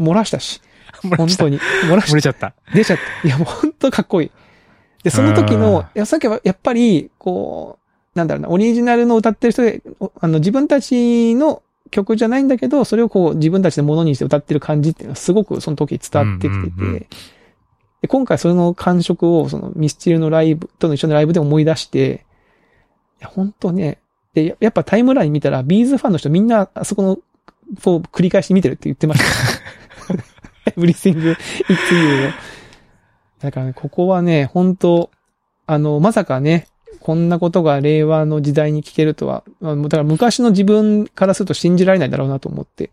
[SPEAKER 2] 漏らしたし、
[SPEAKER 1] 漏
[SPEAKER 2] 本
[SPEAKER 1] れちゃっ
[SPEAKER 2] 当に。漏ら
[SPEAKER 1] た
[SPEAKER 2] し
[SPEAKER 1] 漏れちゃった。
[SPEAKER 2] 出ちゃった。いや、もうほんとかっこいい。で、その時
[SPEAKER 1] うん
[SPEAKER 2] の、いやさっきはやっぱり、こう、なんだろうな、オリジナルの歌ってる人で、おあの、自分たちの曲じゃないんだけど、それをこう、自分たちでものにして歌ってる感じっていうのはすごくその時伝わってきてて、
[SPEAKER 1] うんうんうん
[SPEAKER 2] で今回その感触を、そのミスチルのライブとの一緒のライブで思い出して、いや、ほんとね、で、ややっぱタイムライン見たら、ビーズファンの人みんな、あそこの、こう、繰り返し見てるって言ってました。 エブリシング、いつ言うだからね、ここはね、本当あの、まさかね、こんなことが令和の時代に聞けるとは、まあだから昔の自分からすると信じられないだろうなと思って。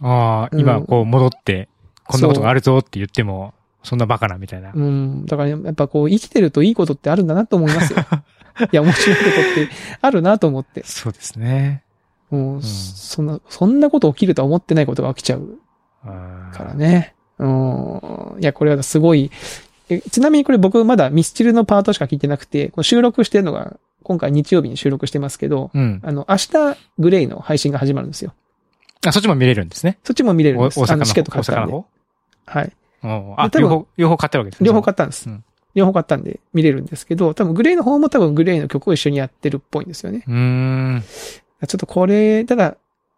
[SPEAKER 1] ああ、
[SPEAKER 2] うん
[SPEAKER 1] 今こう戻って、こんなことがあるぞって言っても、そんなバカなみたいな。
[SPEAKER 2] うん。だからやっぱこう、生きてるといいことってあるんだなと思います よ。いや、面白いことってあるなと思って。
[SPEAKER 1] そうですね。
[SPEAKER 2] もう、
[SPEAKER 1] ん
[SPEAKER 2] そんな、そんなこと起きるとは思ってないことが起きちゃう
[SPEAKER 1] あー
[SPEAKER 2] からね。うん。いや、これはすごい。えちなみにこれ僕まだミスチルのパートしか聞いてなくて、こう収録してるのが、今回日曜日に収録してますけど、
[SPEAKER 1] うん。
[SPEAKER 2] あの、明日、グレイの配信が始まるんですよ。
[SPEAKER 1] あ、そっちも見れるんですね。
[SPEAKER 2] そっちも見れるん
[SPEAKER 1] お大
[SPEAKER 2] です。
[SPEAKER 1] 阪
[SPEAKER 2] あ
[SPEAKER 1] の
[SPEAKER 2] の、
[SPEAKER 1] 方。
[SPEAKER 2] チケット
[SPEAKER 1] 大
[SPEAKER 2] 買っ
[SPEAKER 1] 阪
[SPEAKER 2] た
[SPEAKER 1] の
[SPEAKER 2] んで。
[SPEAKER 1] 方
[SPEAKER 2] はい。
[SPEAKER 1] おうあ、
[SPEAKER 2] で多
[SPEAKER 1] 両
[SPEAKER 2] 分
[SPEAKER 1] 方、両方買ってるわけですね。
[SPEAKER 2] 両方買ったんです。
[SPEAKER 1] うん
[SPEAKER 2] 両方買ったんで、見れるんですけど、多分グレイの方も多分グレイの曲を一緒にやってるっぽいんですよね。
[SPEAKER 1] うーん。
[SPEAKER 2] ちょっとこれ、ただ、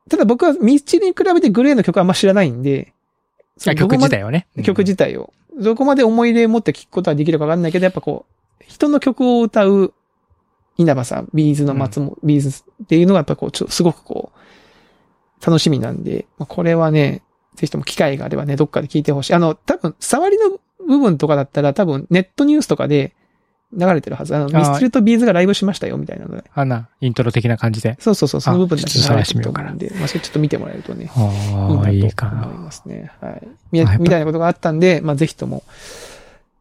[SPEAKER 2] ただ僕はミスチルに比べてグレイの曲あんま知らないんで、
[SPEAKER 1] あ
[SPEAKER 2] ど
[SPEAKER 1] 曲
[SPEAKER 2] こま
[SPEAKER 1] 自
[SPEAKER 2] で
[SPEAKER 1] 体はね。うん
[SPEAKER 2] 曲自体を。どこまで思い入れ持って聴くことはできるかわかんないけど、やっぱこう、人の曲を歌う稲葉さん、ビーズの松本、ビーズっていうのがやっぱこう、ちょすごくこう、楽しみなんで、まあこれはね、ぜひとも機会があればね、どっかで聞いてほしい。あの、多分、触りの部分とかだったら、多分、ネットニュースとかで流れてるはず。あの、
[SPEAKER 1] ー
[SPEAKER 2] ミスチルとビーズがライブしましたよ、みたいなので。
[SPEAKER 1] あんな、イントロ的な感じで。
[SPEAKER 2] そうそうそう、その部分だけ
[SPEAKER 1] ちょっと
[SPEAKER 2] 流
[SPEAKER 1] 探
[SPEAKER 2] れ
[SPEAKER 1] しててみ
[SPEAKER 2] る
[SPEAKER 1] よう
[SPEAKER 2] と
[SPEAKER 1] かな
[SPEAKER 2] 思うんで、まあ、それちょっと見てもらえるとね、
[SPEAKER 1] ああ、
[SPEAKER 2] いい
[SPEAKER 1] い
[SPEAKER 2] ない
[SPEAKER 1] か
[SPEAKER 2] と思い
[SPEAKER 1] な。
[SPEAKER 2] ますね。はい。
[SPEAKER 1] や
[SPEAKER 2] み
[SPEAKER 1] っぱ
[SPEAKER 2] みたいなことがあったんで、まあ、ぜひとも、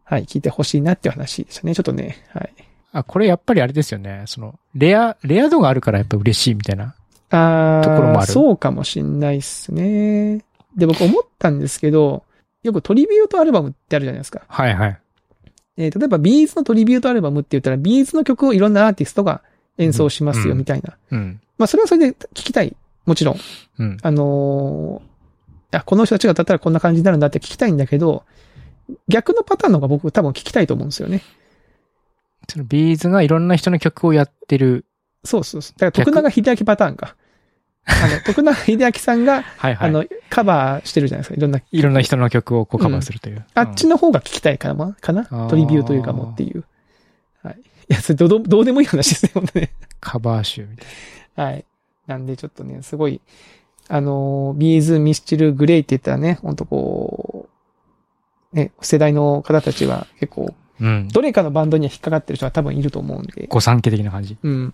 [SPEAKER 2] はい、聞いてほしいなっていう話でしたね。ちょっとね、はい。
[SPEAKER 1] あ、これやっぱりあれですよね。その、レア、レア度があるからやっぱ嬉しいみたいな。
[SPEAKER 2] あー
[SPEAKER 1] ところもある
[SPEAKER 2] そうかもしんないっすね。で、僕思ったんですけど、よくトリビュートアルバムってあるじゃないですか。
[SPEAKER 1] はいはい。
[SPEAKER 2] えー例えば、ビーズのトリビュートアルバムって言ったら、ビーズの曲をいろんなアーティストが演奏します
[SPEAKER 1] うんう
[SPEAKER 2] よ、
[SPEAKER 1] ん
[SPEAKER 2] みたいな。
[SPEAKER 1] うん。
[SPEAKER 2] まあ、それはそれで聞きたい。もちろん。
[SPEAKER 1] うん。
[SPEAKER 2] あのーあ、この人たちが歌ったらこんな感じになるんだって聞きたいんだけど、逆のパターンの方が僕多分聞きたいと思うんですよね。
[SPEAKER 1] そのビーズがいろんな人の曲をやってる。
[SPEAKER 2] そうそうそう。だから徳永秀明パターンか。あの、徳永秀明さんが、
[SPEAKER 1] はいは
[SPEAKER 2] あ
[SPEAKER 1] い。
[SPEAKER 2] の、カバーしてるじゃないですか。いろんな。
[SPEAKER 1] いろんな人の曲をこうカバーするという。
[SPEAKER 2] あっちの方が聞きたいかな、かな
[SPEAKER 1] あー
[SPEAKER 2] トリビューというかもっていう。はい。いや、それどうどう、どうでもいい話ですね、本当ね。
[SPEAKER 1] う んカバー集みたい
[SPEAKER 2] はい。なんでちょっとね、すごい、あのー、ビーズ、ミスチル、グレイって言ったらね、ほんとこう、ね、世代の方たちは結構、
[SPEAKER 1] な。うん。
[SPEAKER 2] どれかのバンドには引っかかってる人が多分いると思うんで、
[SPEAKER 1] ご三家的な感じ。
[SPEAKER 2] うん。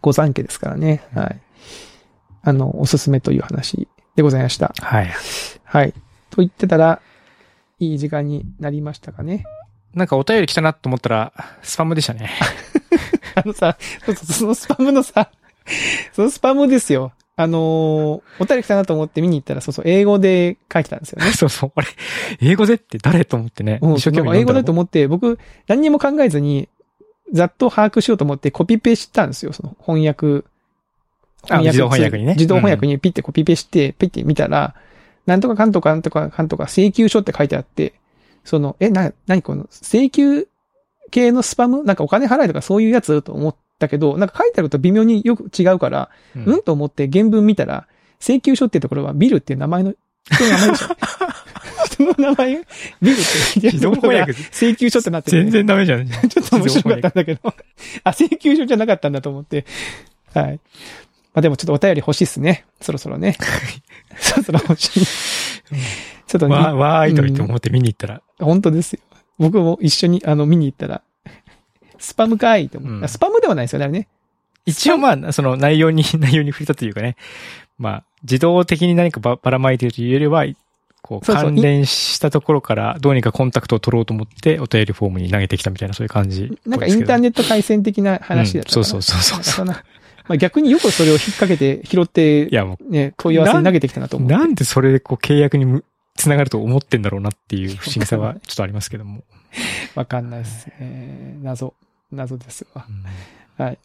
[SPEAKER 2] ご三家ですからね。
[SPEAKER 1] うん
[SPEAKER 2] はい。あの、おすすめという話でございました。
[SPEAKER 1] はい。
[SPEAKER 2] はい。と言ってたら、いい時間になりましたかね。
[SPEAKER 1] なんかお便り来たなと思ったら、スパムでしたね。
[SPEAKER 2] あのさ、そうそうそのスパムのさ、そのスパムですよ。あのーお便り来たなと思って見に行ったら、そうそう、英語で書いてたんですよね。
[SPEAKER 1] そうそう。俺、英語でって誰と思ってね。
[SPEAKER 2] うん
[SPEAKER 1] 一生懸命
[SPEAKER 2] 英語だと
[SPEAKER 1] 思
[SPEAKER 2] 思って、僕、何にも考えずに、ざっと把握しようと思ってコピペしたんですよ、その翻訳。
[SPEAKER 1] あ自動翻訳にね
[SPEAKER 2] 自動翻訳にピッてコピペして、ピッて見たら、なんとかかんとかなんとかかんとか請求書って書いてあって、その、え、な、なにこの請求系のスパムなんかお金払いとかそういうやつと思ったけど、なんか書いてあること微妙によく違うから、
[SPEAKER 1] うん
[SPEAKER 2] うんと思って原文見たら、請求書ってところはビルっていう名前の、人の名前 でしょ人の名前ビルって書いてある
[SPEAKER 1] 自動
[SPEAKER 2] ところ
[SPEAKER 1] 翻
[SPEAKER 2] が
[SPEAKER 1] 訳、
[SPEAKER 2] 請求書ってなってる、
[SPEAKER 1] 全然ダメじゃん。
[SPEAKER 2] ちょっと面白かったんだけど。あ、請求書じゃなかったんだと思って。はい。まあでもちょっとお便り欲しいっすね。そろそろね。そろそろ欲しい。ちょっとね、
[SPEAKER 1] わー、わーいと言って思って見に行ったら。
[SPEAKER 2] 本当ですよ。僕も一緒にあの見に行ったら、スパムかいと思って、
[SPEAKER 1] うん
[SPEAKER 2] あスパムではないですよね、あれね。
[SPEAKER 1] 一応まあ、その内容に、 内容に触れたというかね。まあ、自動的に何かばばらまいてるというよりは、こう、
[SPEAKER 2] そうそう
[SPEAKER 1] 関連したところから、どうにかコンタクトを取ろうと思って、お便りフォームに投げてきたみたいな、そういう感じ。
[SPEAKER 2] なんかインタ
[SPEAKER 1] ネ
[SPEAKER 2] ー
[SPEAKER 1] ッ
[SPEAKER 2] ネット回線的な話だったかな、
[SPEAKER 1] そうそうそうそうそう。
[SPEAKER 2] だったかなまあ逆によくそれを引っ掛けて拾って
[SPEAKER 1] い、やも
[SPEAKER 2] ね、問い合わせに投げてきたなと
[SPEAKER 1] う、
[SPEAKER 2] 思って。
[SPEAKER 1] なんでそれでこう契約にむ繋がると思ってんだろうなっていう不審さ はちょっとありますけども。
[SPEAKER 2] わかんないですね。謎。謎ですわ。
[SPEAKER 1] うん
[SPEAKER 2] はい。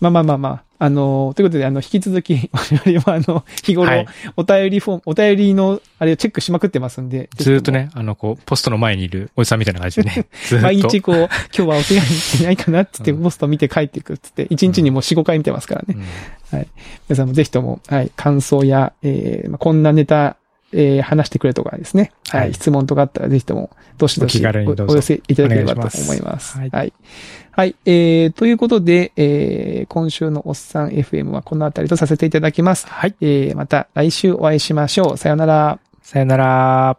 [SPEAKER 2] まあまあまあまあ。あのーということで、あの、引き続き、 我々は、あの、日頃、
[SPEAKER 1] はい
[SPEAKER 2] お便りフォーム、お便りの、あれをチェックしまくってますんで。
[SPEAKER 1] ずーっと。ね、あの、こう、ポストの前にいるおじさんみたいな感じでね。ずーっと。
[SPEAKER 2] 毎日こう、今日はお手紙しないかなっつって、
[SPEAKER 1] うん
[SPEAKER 2] ポスト見て帰っていくっつって、一日にもう4、5回見てますからね。
[SPEAKER 1] うん
[SPEAKER 2] 皆さんもぜひとも、はい、感想や、えーまあ、こんなネタ、えー話してくれとかですね。はい、
[SPEAKER 1] はい
[SPEAKER 2] 質問とかあったらぜひとも、どしどし
[SPEAKER 1] お気軽にどうぞ
[SPEAKER 2] お寄せいただければと
[SPEAKER 1] お願いします
[SPEAKER 2] 思います。
[SPEAKER 1] はい
[SPEAKER 2] はい。はいえーということで、えー今週のおっさん FM はこのあたりとさせていただきます。
[SPEAKER 1] はい。
[SPEAKER 2] えーまた来週お会いしましょう。さようなら。
[SPEAKER 1] さよなら。